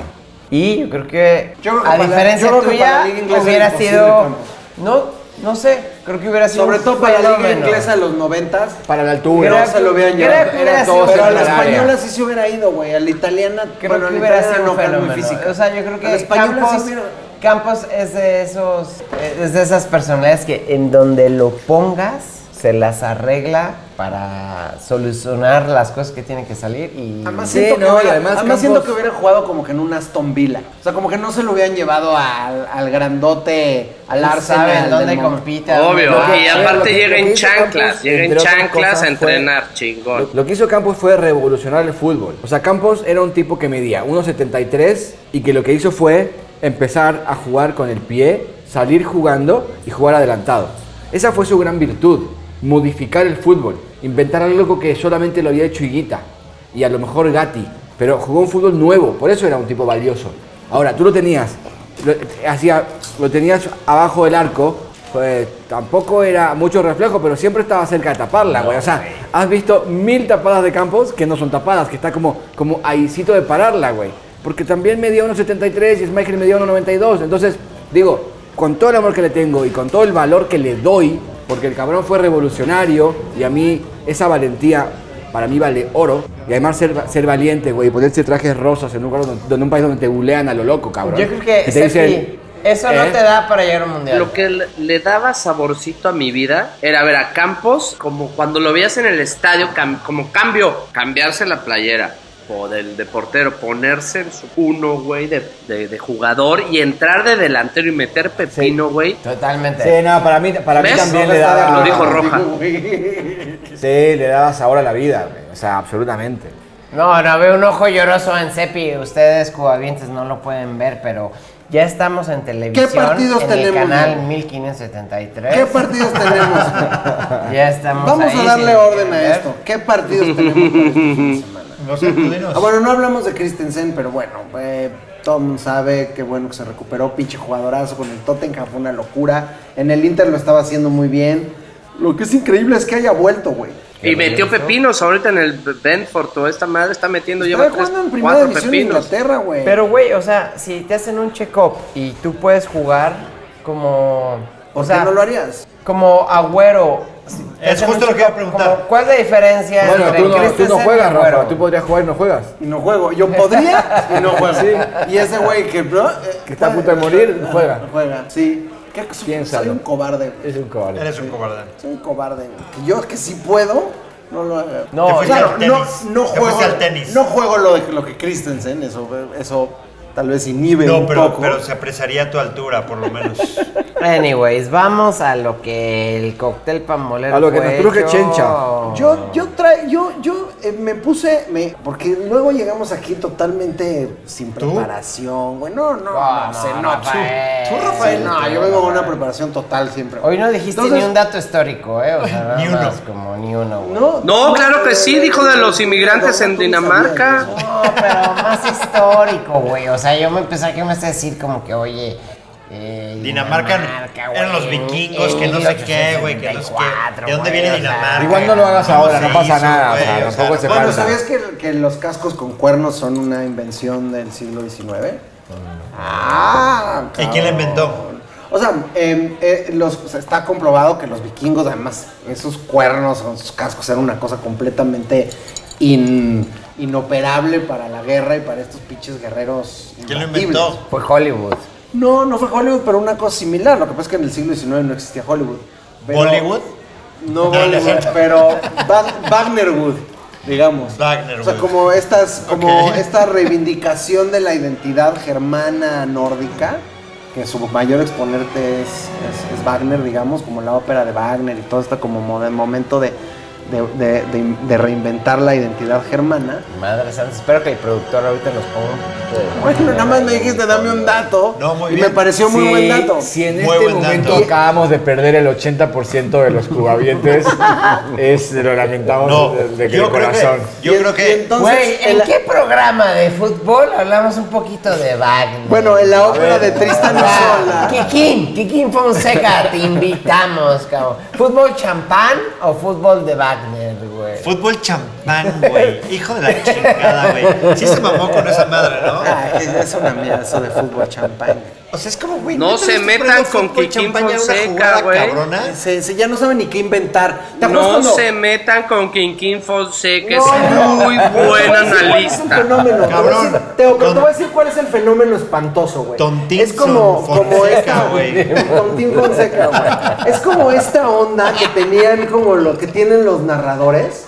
[SPEAKER 3] Y yo creo que,
[SPEAKER 2] Yo creo que
[SPEAKER 3] a
[SPEAKER 2] para la- yo
[SPEAKER 3] diferencia
[SPEAKER 2] creo que para
[SPEAKER 3] tuya,
[SPEAKER 2] la liga inglesa
[SPEAKER 3] hubiera
[SPEAKER 2] es imposible,
[SPEAKER 3] sido...
[SPEAKER 2] Campos.
[SPEAKER 3] No, no sé, creo que hubiera sido
[SPEAKER 2] Sobre
[SPEAKER 3] un
[SPEAKER 2] todo para la liga
[SPEAKER 3] fenómeno.
[SPEAKER 2] inglesa de los noventas.
[SPEAKER 1] Para la
[SPEAKER 2] Que
[SPEAKER 1] altura.
[SPEAKER 2] no se lo vean
[SPEAKER 3] creo
[SPEAKER 2] llevar.
[SPEAKER 3] que hubiera
[SPEAKER 2] Eran
[SPEAKER 3] sido-
[SPEAKER 2] todos Pero a la
[SPEAKER 3] en el área.
[SPEAKER 2] española sí se hubiera ido, güey. A la italiana,
[SPEAKER 3] Creo
[SPEAKER 2] bueno, a
[SPEAKER 3] que
[SPEAKER 2] la
[SPEAKER 3] hubiera
[SPEAKER 2] italiana
[SPEAKER 3] sido
[SPEAKER 2] no,
[SPEAKER 3] un
[SPEAKER 2] que es muy
[SPEAKER 3] fenómeno.
[SPEAKER 2] física.
[SPEAKER 3] O sea, yo creo
[SPEAKER 2] A la
[SPEAKER 3] que
[SPEAKER 2] española
[SPEAKER 3] Campos,
[SPEAKER 2] sí hubiera-
[SPEAKER 3] Campos es de esos, eh, es de esas personalidades que en donde lo pongas se las arregla para solucionar las cosas que tienen que salir y
[SPEAKER 2] Además,
[SPEAKER 1] Sí,
[SPEAKER 2] siento,
[SPEAKER 1] no, y
[SPEAKER 2] que hubiera,
[SPEAKER 1] además
[SPEAKER 2] además siento
[SPEAKER 1] Campos-
[SPEAKER 2] que hubiera jugado como que en un Aston Villa. O sea, como que no se lo hubieran llevado al, al grandote, al
[SPEAKER 3] saben
[SPEAKER 2] Arsenal.
[SPEAKER 3] dónde
[SPEAKER 2] del mundo.
[SPEAKER 3] compite. a dónde
[SPEAKER 4] Obvio, ah,
[SPEAKER 3] va.
[SPEAKER 4] y
[SPEAKER 1] lo que-
[SPEAKER 4] aparte llega
[SPEAKER 1] lo que
[SPEAKER 4] en
[SPEAKER 1] hizo
[SPEAKER 4] chanclas,
[SPEAKER 1] Campos,
[SPEAKER 4] llega en
[SPEAKER 1] entre otras
[SPEAKER 4] chanclas
[SPEAKER 1] cosas,
[SPEAKER 4] a
[SPEAKER 1] fue-
[SPEAKER 4] entrenar, chingón.
[SPEAKER 1] Lo, lo que hizo Campos fue revolucionar el fútbol. O sea, Campos era un tipo que medía 1.73 y que lo que hizo fue empezar a jugar con el pie, salir jugando y jugar adelantado. Esa fue su gran virtud, modificar el fútbol, inventar algo que solamente lo había hecho Higuita y a lo mejor Gatti, pero jugó un fútbol nuevo, por eso era un tipo valioso. Ahora, tú lo tenías, lo, hacía, lo tenías abajo del arco, pues tampoco era mucho reflejo, pero siempre estaba cerca de taparla, güey. O sea, has visto mil tapadas de Campos que no son tapadas, que está como, como ahícito de pararla, güey. Porque también me dio 1.73 y Smichael me dio 1.92. Entonces, digo, con todo el amor que le tengo y con todo el valor que le doy, porque el cabrón fue revolucionario y a mí esa valentía para mí vale oro. Y además ser, ser valiente, güey. Ponerse trajes rosas en un, lugar donde, donde- un país donde te bulean a lo loco, cabrón.
[SPEAKER 3] Yo creo que
[SPEAKER 1] te
[SPEAKER 3] Sefi,
[SPEAKER 1] dicen,
[SPEAKER 3] eso no
[SPEAKER 1] ¿eh?
[SPEAKER 3] te da para llegar a un mundial.
[SPEAKER 4] Lo que le- le daba saborcito a mi vida era ver a Campos como cuando lo veías en el estadio, cam- como cambio, cambiarse la playera o del de portero, ponerse en su uno, güey, de, de- de jugador y entrar de delantero y meter pepino, güey.
[SPEAKER 3] Totalmente.
[SPEAKER 7] Sí, no, para mí, para mí
[SPEAKER 4] ¿Ves?
[SPEAKER 7] también
[SPEAKER 4] No
[SPEAKER 7] le
[SPEAKER 4] está de
[SPEAKER 7] daba.
[SPEAKER 4] Lo dijo Roja.
[SPEAKER 7] Sí, le daba sabor a la vida, güey. O sea, absolutamente.
[SPEAKER 3] No, no veo un ojo lloroso en Cepi. Ustedes, cubavientes, no lo pueden ver, pero ya estamos en televisión.
[SPEAKER 2] partidos
[SPEAKER 3] en
[SPEAKER 2] tenemos,
[SPEAKER 3] El canal
[SPEAKER 2] Diego?
[SPEAKER 1] ¿Eh?
[SPEAKER 3] 1573.
[SPEAKER 2] ¿Qué partidos tenemos?
[SPEAKER 3] Ya estamos
[SPEAKER 2] Vamos a
[SPEAKER 3] ahí,
[SPEAKER 2] darle
[SPEAKER 3] si lo
[SPEAKER 2] orden a
[SPEAKER 3] quieren ver.
[SPEAKER 2] esto. ¿Qué partidos tenemos para este fin de semana?
[SPEAKER 5] No sé, tú dinos.
[SPEAKER 2] Ah, bueno, no hablamos de Christensen, pero bueno, eh, Tom sabe que bueno que se recuperó, pinche jugadorazo con el Tottenham, fue una locura. En el Inter lo estaba haciendo muy bien. Lo que es increíble es que haya vuelto, güey.
[SPEAKER 4] Y metió pepinos ahorita en el Benford, toda esta madre está metiendo,
[SPEAKER 2] Estaba
[SPEAKER 4] lleva tres,
[SPEAKER 2] jugando Pues, en primera
[SPEAKER 4] cuatro
[SPEAKER 2] división de
[SPEAKER 4] pepinos.
[SPEAKER 2] Inglaterra, güey.
[SPEAKER 3] Pero, güey, o sea, si te hacen un check-up y tú puedes jugar como.
[SPEAKER 2] ¿por
[SPEAKER 3] o sea,
[SPEAKER 2] qué no lo harías?
[SPEAKER 3] como agüero. si te
[SPEAKER 5] Es
[SPEAKER 3] hacen
[SPEAKER 5] justo
[SPEAKER 3] un
[SPEAKER 5] lo que iba a
[SPEAKER 3] check-up,
[SPEAKER 5] preguntar.
[SPEAKER 3] como, ¿Cuál es la diferencia
[SPEAKER 1] Bueno,
[SPEAKER 3] entre
[SPEAKER 1] tú no, tú no
[SPEAKER 3] Christensen y
[SPEAKER 1] juegas,
[SPEAKER 3] Agüero?
[SPEAKER 1] Rafa. Tú podrías jugar y no juegas.
[SPEAKER 2] Y no juego. Yo podría y no juego. Y ese güey que, ¿no? Eh,
[SPEAKER 1] Que está a punto de morir, no juega.
[SPEAKER 2] No juega, sí. ¿Qué, soy- soy
[SPEAKER 1] Piénsalo.
[SPEAKER 2] un cobarde, güey.
[SPEAKER 1] Es un cobarde.
[SPEAKER 5] Eres un cobarde.
[SPEAKER 2] Soy un cobarde, güey. Que yo que sí puedo, no lo hago.
[SPEAKER 3] No, Te fuiste
[SPEAKER 2] claro,
[SPEAKER 5] al tenis.
[SPEAKER 2] no, no
[SPEAKER 5] Te
[SPEAKER 2] juego.
[SPEAKER 5] fuiste al tenis.
[SPEAKER 2] No juego lo, de- lo que Christensen, eso, eso tal vez inhibe
[SPEAKER 5] No,
[SPEAKER 2] un
[SPEAKER 5] pero,
[SPEAKER 2] poco.
[SPEAKER 5] pero se apreciaría tu altura, por lo menos.
[SPEAKER 3] Anyways, vamos a lo que el cóctel pambolero.
[SPEAKER 1] A lo que
[SPEAKER 3] fue
[SPEAKER 1] nos truje
[SPEAKER 3] hecho.
[SPEAKER 1] Chencha.
[SPEAKER 2] Yo, yo trae, yo, yo eh, me puse, me, porque luego llegamos aquí totalmente sin preparación, güey. No, no,
[SPEAKER 3] Ah,
[SPEAKER 2] no,
[SPEAKER 3] no,
[SPEAKER 2] se nota.
[SPEAKER 3] Rafael.
[SPEAKER 2] Tú, Rafael, no, yo vengo con una preparación total siempre. güey.
[SPEAKER 3] Hoy no dijiste
[SPEAKER 2] Entonces,
[SPEAKER 3] ni un dato histórico, ¿eh? O sea, nada
[SPEAKER 5] Ni uno.
[SPEAKER 3] más como ni uno, güey.
[SPEAKER 2] No,
[SPEAKER 4] No, claro que sí, dijo de los
[SPEAKER 2] no,
[SPEAKER 4] inmigrantes
[SPEAKER 2] no,
[SPEAKER 4] en
[SPEAKER 2] tú ni
[SPEAKER 4] Dinamarca.
[SPEAKER 2] sabías eso.
[SPEAKER 3] No, pero más histórico, güey. O sea, yo me empecé a que me vas a decir como que, oye. eh,
[SPEAKER 5] Dinamarca,
[SPEAKER 3] güey,
[SPEAKER 5] eran los vikingos, que no sé qué, güey, que no sé
[SPEAKER 3] 1874,
[SPEAKER 5] qué. ¿De dónde
[SPEAKER 3] güey,
[SPEAKER 5] viene
[SPEAKER 3] o sea,
[SPEAKER 5] Dinamarca?
[SPEAKER 7] Igual no lo hagas ahora, no
[SPEAKER 5] se
[SPEAKER 7] pasa
[SPEAKER 5] hizo,
[SPEAKER 7] nada, o sea,
[SPEAKER 5] güey,
[SPEAKER 7] tampoco se
[SPEAKER 5] bueno,
[SPEAKER 2] Bueno,
[SPEAKER 7] falta.
[SPEAKER 2] ¿sabías que, que los cascos con cuernos son una invención del siglo XIX? Ah,
[SPEAKER 5] ¿Y quién la inventó?
[SPEAKER 2] O sea, em, eh, los- o sea, está comprobado que los vikingos, además, esos cuernos con sus cascos eran una cosa completamente in- inoperable para la guerra y para estos pinches guerreros.
[SPEAKER 5] ¿Quién lo
[SPEAKER 2] imbatibles.
[SPEAKER 5] inventó?
[SPEAKER 3] Fue Hollywood.
[SPEAKER 2] No, no fue Hollywood, pero una cosa similar. Lo que pasa es que en el siglo XIX no existía Hollywood. Pero-
[SPEAKER 5] ¿Bollywood?
[SPEAKER 2] No
[SPEAKER 5] No, no es
[SPEAKER 2] Bollywood,
[SPEAKER 5] cierto.
[SPEAKER 2] pero Wag- Wagnerwood, digamos.
[SPEAKER 5] Wagnerwood.
[SPEAKER 2] O sea, como, estas, como
[SPEAKER 5] Ok.
[SPEAKER 2] esta reivindicación de la identidad germana nórdica, que su mayor exponente es, es- es Wagner, digamos, como la ópera de Wagner y todo esto como mo- de momento de, de- de- de- de reinventar la identidad germana.
[SPEAKER 3] Madre santa, espero que el productor ahorita nos ponga un poquito de.
[SPEAKER 2] Bueno, nada más me dijiste, dame un dato.
[SPEAKER 5] No, muy
[SPEAKER 2] y
[SPEAKER 5] bien.
[SPEAKER 2] me pareció muy
[SPEAKER 6] Si-
[SPEAKER 2] buen dato.
[SPEAKER 6] Si en
[SPEAKER 5] Muy
[SPEAKER 6] este
[SPEAKER 5] buen
[SPEAKER 6] momento
[SPEAKER 5] dato.
[SPEAKER 6] acabamos de perder el 80% de los cubavientes, es, lo lamentamos
[SPEAKER 5] No,
[SPEAKER 6] de, de
[SPEAKER 5] yo creo
[SPEAKER 6] corazón.
[SPEAKER 5] que. Yo
[SPEAKER 2] Y en-
[SPEAKER 5] creo
[SPEAKER 2] y
[SPEAKER 5] que.
[SPEAKER 2] entonces,
[SPEAKER 3] Güey, ¿en
[SPEAKER 2] el-
[SPEAKER 3] qué programa de fútbol hablamos un poquito de Wagner?
[SPEAKER 2] Bueno, en la ópera de Tristan y Isolde.
[SPEAKER 3] Kikín, Kikín Fonseca, te invitamos, cabrón. ¿Fútbol champán o fútbol de Wagner, güey?
[SPEAKER 5] Fútbol champán, güey. Hijo de la chingada, güey. Sí se mamó con esa madre, ¿no?
[SPEAKER 2] Ah, es- es una mierda eso de fútbol champán.
[SPEAKER 5] O sea, es como, güey.
[SPEAKER 4] No
[SPEAKER 5] ¿neta
[SPEAKER 4] se
[SPEAKER 5] le estás
[SPEAKER 4] metan
[SPEAKER 5] poniendo
[SPEAKER 4] con
[SPEAKER 5] fútbol
[SPEAKER 4] Kikín
[SPEAKER 5] champán a una
[SPEAKER 4] Fonseca,
[SPEAKER 5] jugada
[SPEAKER 4] güey.
[SPEAKER 5] cabrona?
[SPEAKER 2] Se, se- ya no saben ni qué inventar. ¿Te acuerdas
[SPEAKER 4] No
[SPEAKER 2] cuando-
[SPEAKER 4] se metan con Quinquín Fonseca, es muy buen
[SPEAKER 2] Es un
[SPEAKER 4] analista.
[SPEAKER 2] fenómeno.
[SPEAKER 5] Cabrón.
[SPEAKER 2] Te voy a decir- Teo, pero
[SPEAKER 5] Don-
[SPEAKER 2] te voy a decir cuál es el fenómeno espantoso, güey.
[SPEAKER 5] Tontín
[SPEAKER 2] Es como,
[SPEAKER 5] Son
[SPEAKER 2] como
[SPEAKER 5] Fonseca,
[SPEAKER 2] esta,
[SPEAKER 5] güey.
[SPEAKER 2] Tontín Fonseca, güey. Es como esta onda que tenían como lo que tienen los narradores.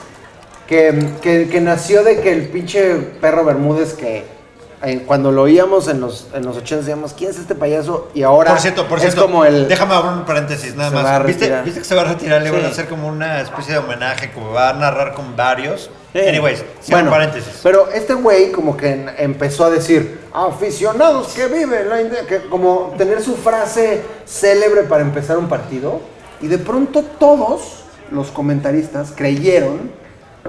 [SPEAKER 2] Que, que- que nació de que el pinche perro Bermúdez que eh, cuando lo oíamos en los, en los 80 decíamos, ¿quién es este payaso? Y ahora
[SPEAKER 5] Por cierto, por
[SPEAKER 2] es
[SPEAKER 5] cierto.
[SPEAKER 2] como el...
[SPEAKER 5] Déjame abrir un paréntesis, nada
[SPEAKER 2] Se va a
[SPEAKER 5] más. ¿Viste,
[SPEAKER 2] retirar.
[SPEAKER 5] viste que se va a retirar? Le van a
[SPEAKER 2] Sí.
[SPEAKER 5] hacer como una especie de homenaje, como va a narrar con varios.
[SPEAKER 2] Sí.
[SPEAKER 5] Anyways, cierro
[SPEAKER 2] bueno,
[SPEAKER 5] paréntesis.
[SPEAKER 2] pero este güey como que en- empezó a decir, aficionados que viven, la inde-", que como tener su frase célebre para empezar un partido, y de pronto todos los comentaristas creyeron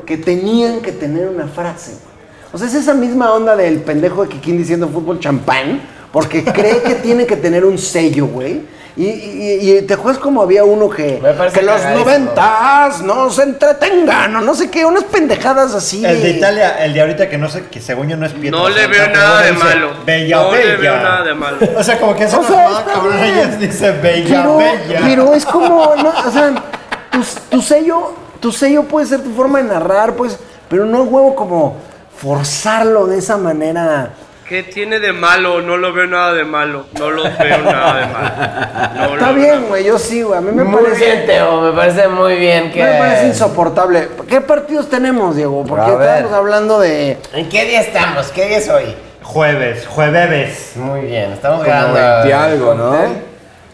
[SPEAKER 2] que tenían que tener una frase. O sea, es esa misma onda del pendejo de Kikín diciendo fútbol champán, porque cree que tiene que tener un sello, güey. Y, y- y te juegas como había uno que,
[SPEAKER 3] Me parece
[SPEAKER 2] que los
[SPEAKER 3] cagadísimo.
[SPEAKER 2] 90 no se entretengan o no sé qué, unas pendejadas así.
[SPEAKER 5] El de Italia, el de ahorita que no sé, que según yo no es Pietro.
[SPEAKER 4] No le
[SPEAKER 5] Santa,
[SPEAKER 4] veo
[SPEAKER 5] pero
[SPEAKER 4] nada
[SPEAKER 5] ahora
[SPEAKER 4] de
[SPEAKER 5] dice,
[SPEAKER 4] malo.
[SPEAKER 5] Bella,
[SPEAKER 4] No le
[SPEAKER 5] bella.
[SPEAKER 4] veo nada de malo.
[SPEAKER 5] O sea, como que esa
[SPEAKER 2] O sea,
[SPEAKER 5] mamada
[SPEAKER 2] está
[SPEAKER 5] cabrona
[SPEAKER 2] bien.
[SPEAKER 5] ya dice bella,
[SPEAKER 2] Pero,
[SPEAKER 5] bella.
[SPEAKER 2] pero es como, no, o sea, tu, tu sello, tu sello puede ser tu forma de narrar, pues, pero no huevo como forzarlo de esa manera.
[SPEAKER 4] ¿Qué tiene de malo? No lo veo nada de malo. No lo veo nada de malo. No lo
[SPEAKER 2] Está
[SPEAKER 4] veo
[SPEAKER 2] bien,
[SPEAKER 4] nada.
[SPEAKER 2] güey, yo sí, güey. A mí me
[SPEAKER 3] muy
[SPEAKER 2] parece.
[SPEAKER 3] bien, Teo, me parece muy bien que.
[SPEAKER 2] Me parece insoportable. ¿Qué partidos tenemos, Diego? Porque
[SPEAKER 3] A ver.
[SPEAKER 2] estábamos hablando de.
[SPEAKER 3] ¿En qué día estamos? ¿Qué día es hoy?
[SPEAKER 5] Jueves, jueves.
[SPEAKER 3] Muy bien, estamos
[SPEAKER 6] Como
[SPEAKER 3] grabando.
[SPEAKER 6] 20 algo, ¿no?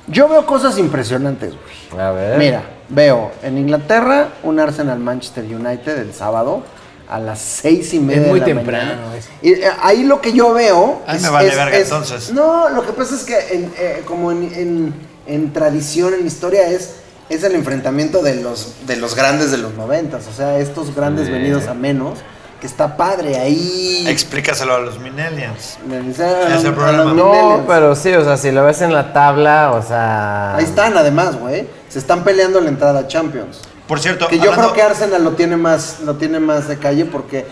[SPEAKER 2] Yo veo cosas impresionantes, güey.
[SPEAKER 3] A
[SPEAKER 1] ¿Eh?
[SPEAKER 3] ver.
[SPEAKER 2] Mira, veo en Inglaterra un Arsenal Manchester United el sábado a las seis y media.
[SPEAKER 6] muy
[SPEAKER 2] de la
[SPEAKER 6] temprano,
[SPEAKER 2] mañana.
[SPEAKER 6] es-
[SPEAKER 2] Y, eh, ahí lo que yo veo.
[SPEAKER 5] Ahí me vale verga, entonces.
[SPEAKER 2] No, lo que pasa es que en, eh, como en, en- en tradición, en historia es es el enfrentamiento de los de los grandes de los noventas, o sea, estos grandes venidos a menos que está padre ahí.
[SPEAKER 5] Explícaselo a los Minelians.
[SPEAKER 2] Me dice, a los-
[SPEAKER 5] Es el
[SPEAKER 2] a
[SPEAKER 5] programa.
[SPEAKER 2] los
[SPEAKER 3] No,
[SPEAKER 2] millennials.
[SPEAKER 3] pero sí, o sea, si lo ves en la tabla, o sea.
[SPEAKER 2] Ahí están, además, güey. Se están peleando la entrada a Champions.
[SPEAKER 5] Por cierto,
[SPEAKER 2] Que yo
[SPEAKER 5] hablando-
[SPEAKER 2] creo que Arsenal lo tiene más, lo tiene más de calle porque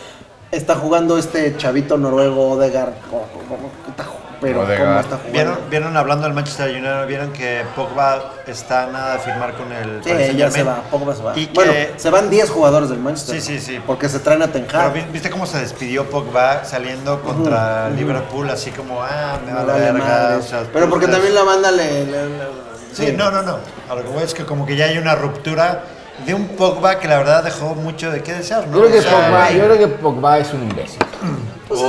[SPEAKER 2] está jugando este chavito noruego Odegaard. Oh, o- o- o- está ju- Pero cómo está jugando.
[SPEAKER 5] ¿Vieron, vieron hablando del Manchester United, vieron que Pogba está nada de firmar con el
[SPEAKER 2] Sí,
[SPEAKER 5] Paris
[SPEAKER 2] ya
[SPEAKER 5] Saint-Germain?
[SPEAKER 2] se va, Pogba se va.
[SPEAKER 5] Y
[SPEAKER 2] Bueno,
[SPEAKER 5] que-
[SPEAKER 2] se van 10 jugadores del Manchester.
[SPEAKER 5] Sí, sí, sí.
[SPEAKER 2] Porque se traen a Ten
[SPEAKER 5] Pero
[SPEAKER 2] Hag.
[SPEAKER 5] vi- viste cómo se despidió Pogba saliendo contra Liverpool, así como, ah,
[SPEAKER 2] Me
[SPEAKER 5] me va la
[SPEAKER 2] vale
[SPEAKER 5] verga.
[SPEAKER 2] madre.
[SPEAKER 5] o sea,
[SPEAKER 2] pero porque
[SPEAKER 5] putas.
[SPEAKER 2] también la banda le... le- le-
[SPEAKER 5] Sí, no, no, no. A lo que voy es que como que ya hay una ruptura de un Pogba que la verdad dejó mucho de qué desear, ¿no?
[SPEAKER 6] Yo creo, que
[SPEAKER 5] O sea,
[SPEAKER 6] Pogba, yo creo que Pogba es un imbécil.
[SPEAKER 5] qué
[SPEAKER 2] Pues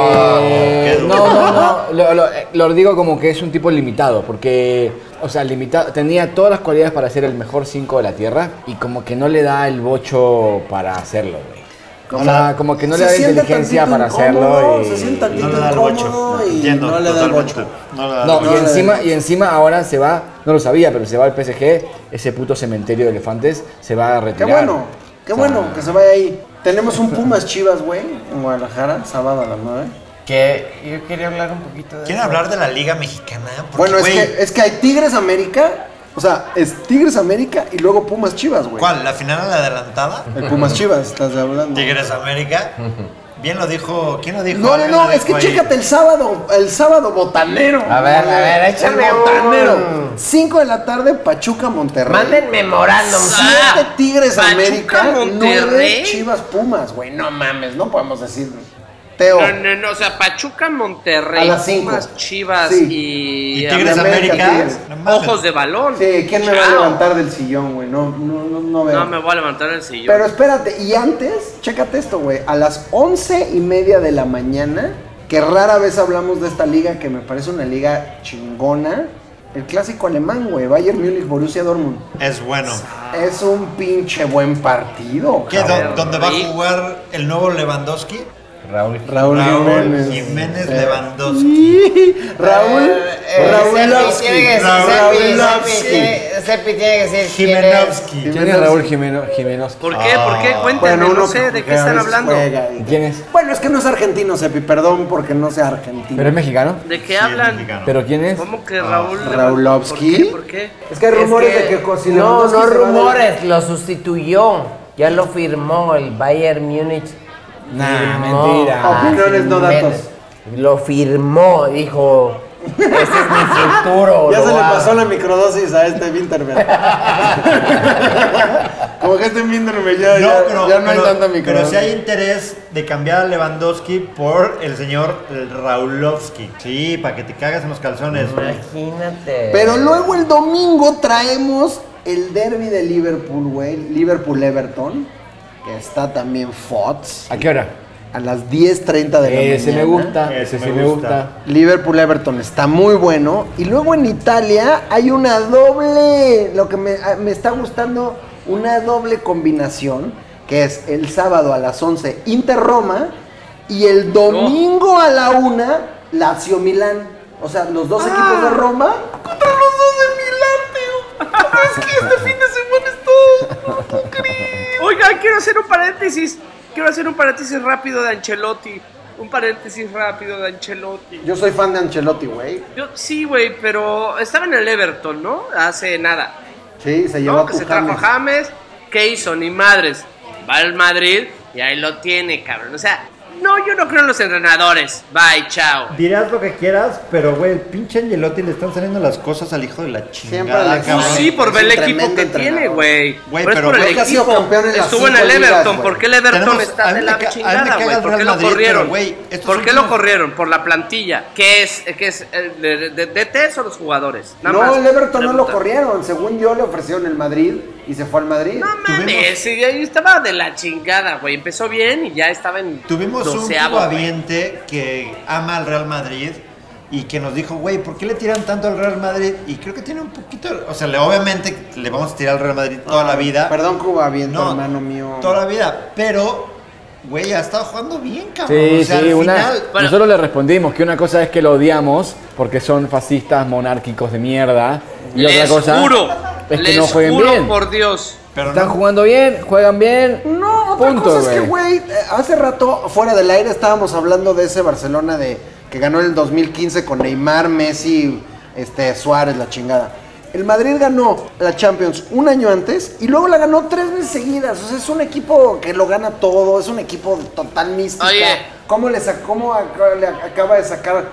[SPEAKER 6] Porque.
[SPEAKER 5] duro.
[SPEAKER 6] No, no, no. Lo, lo- eh, lo digo como que es un tipo limitado. Porque. O sea, limitado. Tenía todas las cualidades para ser el mejor 5 de la tierra. Y como que no le da el bocho para hacerlo, güey. O sea, como que no
[SPEAKER 2] se
[SPEAKER 6] le da
[SPEAKER 2] siente
[SPEAKER 6] inteligencia
[SPEAKER 2] tantito
[SPEAKER 6] para
[SPEAKER 2] incómodo,
[SPEAKER 6] hacerlo. Y...
[SPEAKER 2] se siente tantito
[SPEAKER 5] No le da el
[SPEAKER 2] incómodo
[SPEAKER 5] bocho.
[SPEAKER 2] y
[SPEAKER 5] Entiendo,
[SPEAKER 2] no le da el
[SPEAKER 5] totalmente.
[SPEAKER 2] bocho.
[SPEAKER 5] No le da el
[SPEAKER 6] No,
[SPEAKER 5] bocho.
[SPEAKER 6] y
[SPEAKER 2] no,
[SPEAKER 6] encima,
[SPEAKER 2] no.
[SPEAKER 6] y encima ahora se va, no lo sabía, pero se va al PSG, ese puto cementerio de elefantes, se va a
[SPEAKER 2] Qué
[SPEAKER 6] retirar.
[SPEAKER 2] bueno, qué
[SPEAKER 6] O sea,
[SPEAKER 2] bueno que se vaya ahí. Tenemos un Pumas Chivas, güey, en Guadalajara, sábado a las 9.
[SPEAKER 3] Que yo quería hablar un poquito de.
[SPEAKER 5] ¿Quieren
[SPEAKER 3] eso.
[SPEAKER 5] hablar de la Liga Mexicana? Porque,
[SPEAKER 2] Bueno, es
[SPEAKER 5] güey,
[SPEAKER 2] que, es que hay Tigres América, o sea, es Tigres América y luego Pumas Chivas, güey.
[SPEAKER 5] ¿Cuál? ¿La final a la adelantada?
[SPEAKER 2] El Pumas Chivas, estás hablando.
[SPEAKER 5] Tigres América. Bien lo dijo. ¿Quién lo dijo?
[SPEAKER 2] No, no,
[SPEAKER 5] Alguien
[SPEAKER 2] no,
[SPEAKER 5] lo
[SPEAKER 2] es que
[SPEAKER 5] dijo ahí.
[SPEAKER 2] chécate el sábado, el sábado botanero.
[SPEAKER 3] A ver, a ver, échame
[SPEAKER 2] El botanero.
[SPEAKER 3] un-
[SPEAKER 2] 5 de la tarde, Pachuca, Monterrey.
[SPEAKER 3] Manden memorándum.
[SPEAKER 2] Siete Tigres
[SPEAKER 4] Ah, Pachuca,
[SPEAKER 2] América, nueve
[SPEAKER 4] Monterrey.
[SPEAKER 2] Chivas Pumas, güey. No mames, no podemos decir. Teo.
[SPEAKER 4] No, no, no, o sea, Pachuca, Monterrey,
[SPEAKER 2] A las cinco.
[SPEAKER 4] Pumas, Chivas
[SPEAKER 2] Sí.
[SPEAKER 4] y, eh,
[SPEAKER 5] Y Tigres
[SPEAKER 2] América,
[SPEAKER 5] América.
[SPEAKER 2] Tigres.
[SPEAKER 5] No mames.
[SPEAKER 4] ojos de balón.
[SPEAKER 2] Sí, ¿quién me va a
[SPEAKER 4] Chao.
[SPEAKER 2] levantar del sillón, güey? No, no, no, no veo.
[SPEAKER 4] No me voy a levantar el sillón.
[SPEAKER 2] Pero espérate, y antes, chécate esto, güey. A las once y media de la mañana, que rara vez hablamos de esta liga, que me parece una liga chingona. El clásico alemán, güey. Bayern Múnich, Borussia Dortmund.
[SPEAKER 5] Es bueno.
[SPEAKER 4] Ah.
[SPEAKER 2] Es un pinche buen partido,
[SPEAKER 5] ¿Qué,
[SPEAKER 2] cabrón.
[SPEAKER 5] do- ¿Dónde va
[SPEAKER 4] Ahí.
[SPEAKER 5] a jugar el nuevo Lewandowski?
[SPEAKER 3] Raúl.
[SPEAKER 2] Raúl Jiménez.
[SPEAKER 5] Jiménez
[SPEAKER 2] Sí.
[SPEAKER 5] Lewandowski.
[SPEAKER 2] Y- Raúl.
[SPEAKER 3] Eh,
[SPEAKER 2] Raúl
[SPEAKER 3] Sepi
[SPEAKER 2] Lowski.
[SPEAKER 3] tiene que decir-
[SPEAKER 5] Raúl
[SPEAKER 3] Sepi- Sepi
[SPEAKER 5] Lowski.
[SPEAKER 3] tiene- Sepi tiene que decir quién es.
[SPEAKER 5] Jimenovski.
[SPEAKER 1] ¿Quién es Raúl Jimeno- Jimenoski?
[SPEAKER 4] ¿Por qué? ¿Por
[SPEAKER 5] Ah.
[SPEAKER 4] qué? Cuéntenme,
[SPEAKER 2] Bueno, uno
[SPEAKER 4] no sé
[SPEAKER 2] que-
[SPEAKER 4] de
[SPEAKER 2] que
[SPEAKER 4] qué
[SPEAKER 2] a
[SPEAKER 4] están
[SPEAKER 2] veces
[SPEAKER 4] hablando.
[SPEAKER 2] juega y-
[SPEAKER 1] ¿Quién es?
[SPEAKER 2] Bueno, es que no es argentino, Sepi, perdón porque no sea argentino.
[SPEAKER 1] ¿Pero es mexicano?
[SPEAKER 4] ¿De qué
[SPEAKER 5] Sí, es
[SPEAKER 4] hablan?
[SPEAKER 5] mexicano.
[SPEAKER 1] ¿Pero quién es?
[SPEAKER 4] ¿Cómo
[SPEAKER 2] Ah,
[SPEAKER 4] que Raúl?
[SPEAKER 2] Raúlovsky.
[SPEAKER 4] ¿Por qué? ¿Por qué?
[SPEAKER 8] Es que hay
[SPEAKER 3] Es
[SPEAKER 8] rumores
[SPEAKER 3] que-
[SPEAKER 8] de que con- si
[SPEAKER 3] No,
[SPEAKER 8] Lewandowski
[SPEAKER 3] no
[SPEAKER 8] se va de-
[SPEAKER 3] rumores, lo sustituyó. Ya lo firmó el Bayern Múnich.
[SPEAKER 1] Nah,
[SPEAKER 3] Firmó
[SPEAKER 1] mentira.
[SPEAKER 3] a
[SPEAKER 2] Opiniones, no
[SPEAKER 3] Jiménez.
[SPEAKER 2] datos.
[SPEAKER 3] Ah, Lo firmó, dijo. Ese es mi futuro.
[SPEAKER 2] Ya
[SPEAKER 3] lo
[SPEAKER 2] se le
[SPEAKER 3] va-
[SPEAKER 2] pasó la microdosis a este Winterberg. Como que este Winterberg ya ya- ya no hay tanta
[SPEAKER 5] pero
[SPEAKER 2] microdosis.
[SPEAKER 5] si hay interés de cambiar a Lewandowski por el señor Raulowski. Sí, para que te cagas en los calzones.
[SPEAKER 3] Imagínate.
[SPEAKER 2] Pero luego el domingo traemos el derby de Liverpool, güey. Liverpool-Everton. Que está también FOTS.
[SPEAKER 1] ¿A qué hora?
[SPEAKER 2] A las 10.30 de la mañana.
[SPEAKER 1] Ese me gusta,
[SPEAKER 5] Ese
[SPEAKER 1] ese sí
[SPEAKER 5] me
[SPEAKER 1] me
[SPEAKER 5] gusta.
[SPEAKER 1] gusta.
[SPEAKER 2] Liverpool Everton está muy bueno. Y luego en Italia hay una doble, lo que me, a- me está gustando, una doble combinación, que es el sábado a las 11 Inter Roma y el domingo a la 1 Lazio Milán. O sea, los
[SPEAKER 4] Ah.
[SPEAKER 2] dos equipos de Roma contra los dos de Milán, tío.
[SPEAKER 4] Es que este fin de semana es todo. No lo puedo creer. Oigan, quiero hacer un paréntesis. Quiero hacer un paréntesis rápido de Ancelotti. Un paréntesis rápido de Ancelotti.
[SPEAKER 2] Yo soy fan de Ancelotti, güey.
[SPEAKER 4] Yo, sí, güey, pero estaba en el Everton, ¿no? Hace nada.
[SPEAKER 2] Sí, se llevó
[SPEAKER 4] ¿no?
[SPEAKER 2] a
[SPEAKER 4] Que se
[SPEAKER 2] Pujanes.
[SPEAKER 4] trajo a James. ¿Qué hizo? Ni madres. Va al Madrid y ahí lo tiene, cabrón. O sea, no, yo no creo en los entrenadores. Bye, chao.
[SPEAKER 5] Dirás lo que quieras, pero güey, el pinche Angelotti le están saliendo las cosas al hijo de la chingada,
[SPEAKER 2] le-
[SPEAKER 4] Pues
[SPEAKER 5] cabrón.
[SPEAKER 4] sí, por
[SPEAKER 2] Es
[SPEAKER 4] ver
[SPEAKER 2] un
[SPEAKER 4] el equipo
[SPEAKER 2] tremendo
[SPEAKER 4] que
[SPEAKER 2] entrenador.
[SPEAKER 4] tiene, güey.
[SPEAKER 5] Güey,
[SPEAKER 4] Pero es
[SPEAKER 5] pero
[SPEAKER 4] por
[SPEAKER 2] güey,
[SPEAKER 4] el
[SPEAKER 2] que ha sido
[SPEAKER 4] equipo.
[SPEAKER 2] campeón en las
[SPEAKER 4] Estuvo en
[SPEAKER 2] cinco
[SPEAKER 4] el
[SPEAKER 2] ligas,
[SPEAKER 4] Everton.
[SPEAKER 2] güey.
[SPEAKER 4] ¿Por qué el Everton
[SPEAKER 5] Tenemos- a
[SPEAKER 4] está
[SPEAKER 5] mí
[SPEAKER 4] de
[SPEAKER 5] me
[SPEAKER 4] la
[SPEAKER 5] ca- a mí me
[SPEAKER 4] chingada,
[SPEAKER 5] cagas
[SPEAKER 4] güey? ¿Por
[SPEAKER 5] ver
[SPEAKER 4] qué lo
[SPEAKER 5] Madrid,
[SPEAKER 4] corrieron?
[SPEAKER 5] pero, güey, estos
[SPEAKER 4] ¿Por qué
[SPEAKER 5] últimos-
[SPEAKER 4] lo corrieron? Por la plantilla. ¿Qué es? ¿Qué es? eh, ¿De, de, de TS o los jugadores? Nada
[SPEAKER 2] No,
[SPEAKER 4] más.
[SPEAKER 2] el Everton no lo
[SPEAKER 4] Pregunta.
[SPEAKER 2] corrieron. Según yo, le ofrecieron el Madrid y se fue al Madrid.
[SPEAKER 4] No mames, sí, ahí estaba de la chingada, güey. Empezó bien y ya estaba en
[SPEAKER 5] Tuvimos un
[SPEAKER 4] doceavo, güey.
[SPEAKER 5] cubaviente que ama al Real Madrid y que nos dijo, güey, ¿por qué le tiran tanto al Real Madrid? Y creo que tiene un poquito, o sea, le- obviamente le vamos a tirar al Real Madrid toda la vida.
[SPEAKER 2] Perdón, Cuba, bien,
[SPEAKER 5] No,
[SPEAKER 2] hermano mío.
[SPEAKER 5] Toda la vida, pero, güey, ha estado jugando bien, cabrón.
[SPEAKER 1] Sí,
[SPEAKER 5] o sea,
[SPEAKER 1] sí,
[SPEAKER 5] al
[SPEAKER 1] una-
[SPEAKER 5] final...
[SPEAKER 4] Bueno.
[SPEAKER 1] nosotros le respondimos que una cosa es que lo odiamos porque son fascistas monárquicos de mierda y otra
[SPEAKER 4] Les
[SPEAKER 1] cosa
[SPEAKER 4] juro.
[SPEAKER 1] es que
[SPEAKER 4] les
[SPEAKER 1] no jueguen
[SPEAKER 4] juro
[SPEAKER 1] bien.
[SPEAKER 4] por Dios.
[SPEAKER 5] Pero
[SPEAKER 1] Están
[SPEAKER 5] no-
[SPEAKER 1] jugando bien, juegan bien.
[SPEAKER 2] No, otra
[SPEAKER 1] Punto,
[SPEAKER 2] cosa es que,
[SPEAKER 1] güey.
[SPEAKER 2] güey, eh, hace rato, fuera del aire, estábamos hablando de ese Barcelona de que ganó en el 2015 con Neymar, Messi, este, Suárez, la chingada. El Madrid ganó la Champions un año antes y luego la ganó tres veces seguidas. O sea, es un equipo que lo gana todo, es un equipo de total mística.
[SPEAKER 4] Oye.
[SPEAKER 2] ¿Cómo, le, sa- cómo ac- le acaba de sacar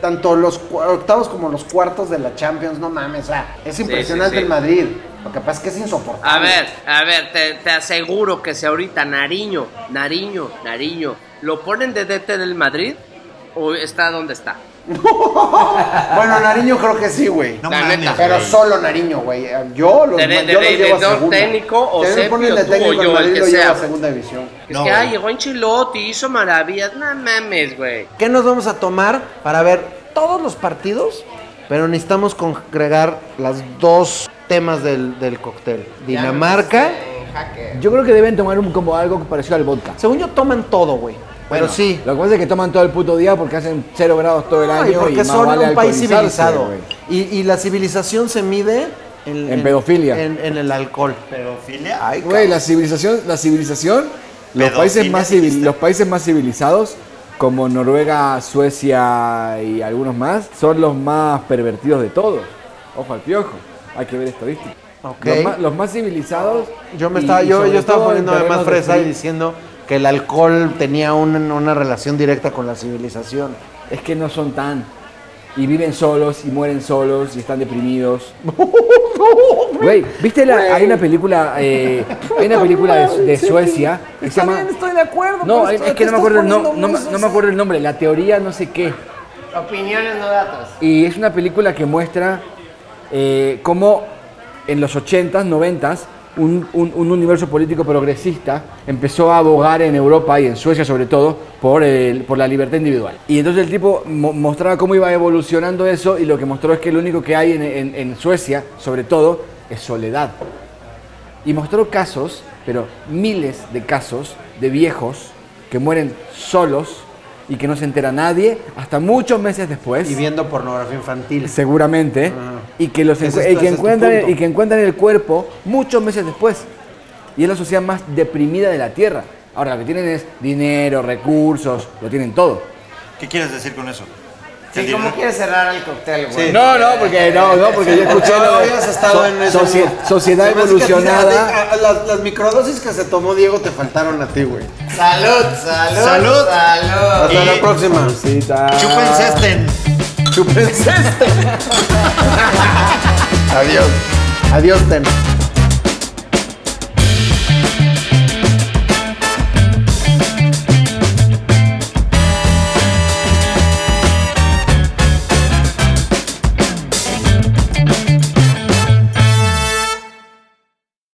[SPEAKER 2] tanto los cu- octavos como los cuartos de la Champions? No mames, o sea, es impresionante
[SPEAKER 4] sí.
[SPEAKER 2] el Madrid. Lo que pasa es que es insoportable.
[SPEAKER 4] A ver, a ver, te, te aseguro que si ahorita Nariño, Nariño, Nariño, ¿lo ponen de DT del Madrid o está donde está?
[SPEAKER 2] Bueno, Nariño creo que sí, güey.
[SPEAKER 5] No
[SPEAKER 4] La
[SPEAKER 5] mames,
[SPEAKER 4] neta.
[SPEAKER 5] güey.
[SPEAKER 2] Pero solo Nariño, güey. Yo los,
[SPEAKER 4] De- de-
[SPEAKER 2] yo los
[SPEAKER 4] de-
[SPEAKER 2] llevo
[SPEAKER 4] de-
[SPEAKER 2] a
[SPEAKER 4] de-
[SPEAKER 2] segunda.
[SPEAKER 4] técnico o
[SPEAKER 2] Si a mí me
[SPEAKER 4] Seppi
[SPEAKER 2] ponen
[SPEAKER 4] o
[SPEAKER 2] de
[SPEAKER 4] tú o
[SPEAKER 2] técnico, el
[SPEAKER 4] yo, el
[SPEAKER 2] Madrid
[SPEAKER 4] que
[SPEAKER 2] lo llevo
[SPEAKER 4] sea.
[SPEAKER 2] a segunda división.
[SPEAKER 4] Es
[SPEAKER 5] No,
[SPEAKER 4] que, ay,
[SPEAKER 5] güey.
[SPEAKER 4] llegó Ancelotti, hizo maravillas, no mames, güey.
[SPEAKER 2] ¿Qué nos vamos a tomar para ver todos los partidos? Pero necesitamos congregar las dos temas del, del cóctel. Dinamarca.
[SPEAKER 1] Yo creo que deben tomar un, como algo parecido al vodka.
[SPEAKER 2] Según yo, toman todo, güey. Pero sí.
[SPEAKER 1] Lo que pasa es que toman todo el puto día porque hacen cero grados todo el
[SPEAKER 2] Ay,
[SPEAKER 1] año. y
[SPEAKER 2] porque
[SPEAKER 1] más
[SPEAKER 2] son
[SPEAKER 1] vale
[SPEAKER 2] un país
[SPEAKER 1] alcoholizarse,
[SPEAKER 2] civilizado.
[SPEAKER 1] güey.
[SPEAKER 2] Y, y la civilización se mide
[SPEAKER 1] En pedofilia.
[SPEAKER 2] En, en el alcohol.
[SPEAKER 5] Pedofilia.
[SPEAKER 2] Ay,
[SPEAKER 1] Güey, la civilización, la civilización, los
[SPEAKER 5] Pedofilia,
[SPEAKER 1] países, más civil-
[SPEAKER 5] dijiste.
[SPEAKER 1] los países más civilizados, como Noruega, Suecia y algunos más, son los más pervertidos de todos. Ojo al piojo, hay que ver estadísticas.
[SPEAKER 2] Ok.
[SPEAKER 1] Los, más, los más civilizados.
[SPEAKER 2] Yo me
[SPEAKER 1] y-
[SPEAKER 2] estaba,
[SPEAKER 1] y
[SPEAKER 2] yo,
[SPEAKER 1] sobre
[SPEAKER 2] yo estaba
[SPEAKER 1] todo en
[SPEAKER 2] poniendo de más
[SPEAKER 1] terrenos de
[SPEAKER 2] fresa y
[SPEAKER 1] frío.
[SPEAKER 2] diciendo que el alcohol tenía una, una relación directa con la civilización.
[SPEAKER 1] Es que no son tan. Y viven solos y mueren solos y están deprimidos. Güey, ¿viste? la- hay una película, eh, hay una película de, de Suecia que se llama.
[SPEAKER 2] estoy de acuerdo.
[SPEAKER 1] No, es que no me acuerdo, el nom- no, me- no me acuerdo el nombre, la teoría no sé qué.
[SPEAKER 3] Opiniones, no datos.
[SPEAKER 1] Y es una película que muestra eh, cómo en los 80s, 90s un, un- un universo político progresista empezó a abogar en Europa y en Suecia sobre todo por, el- por la libertad individual. Y entonces el tipo mo- mostraba cómo iba evolucionando eso y lo que mostró es que lo único que hay en- en- en Suecia, sobre todo, es soledad y mostró casos, pero miles de casos de viejos que mueren solos y que no se entera nadie hasta muchos meses después.
[SPEAKER 2] Y viendo pornografía infantil.
[SPEAKER 1] Seguramente.
[SPEAKER 2] Ah.
[SPEAKER 1] Y que, los
[SPEAKER 2] Ese
[SPEAKER 1] encu-
[SPEAKER 2] es-
[SPEAKER 1] y que
[SPEAKER 2] ese es tu
[SPEAKER 1] encuentran,
[SPEAKER 2] punto.
[SPEAKER 1] y que encuentran el cuerpo muchos meses después. Y es la sociedad más deprimida de la Tierra. Ahora, lo que tienen es dinero, recursos, lo tienen todo.
[SPEAKER 5] ¿Qué quieres decir con eso? Que
[SPEAKER 9] Sí,
[SPEAKER 5] el
[SPEAKER 9] ¿cómo
[SPEAKER 5] dinero-
[SPEAKER 9] quieres cerrar el cóctel, güey?
[SPEAKER 2] Sí.
[SPEAKER 1] No, no, porque, no, no, porque yo escuché...
[SPEAKER 2] No
[SPEAKER 1] lo de
[SPEAKER 2] habías estado en ese
[SPEAKER 1] socie-
[SPEAKER 2] mundo.
[SPEAKER 1] Sociedad
[SPEAKER 2] Se me hace que a ti-
[SPEAKER 1] evolucionada...
[SPEAKER 2] a ti- a- las, las microdosis que se tomó Diego te faltaron a ti, güey.
[SPEAKER 9] Salud, salud,
[SPEAKER 5] Salud.
[SPEAKER 9] salud.
[SPEAKER 2] Hasta
[SPEAKER 5] Y-
[SPEAKER 2] la próxima.
[SPEAKER 5] Chúpense este.
[SPEAKER 2] Chúpense este. Adiós. Adiós, Ten.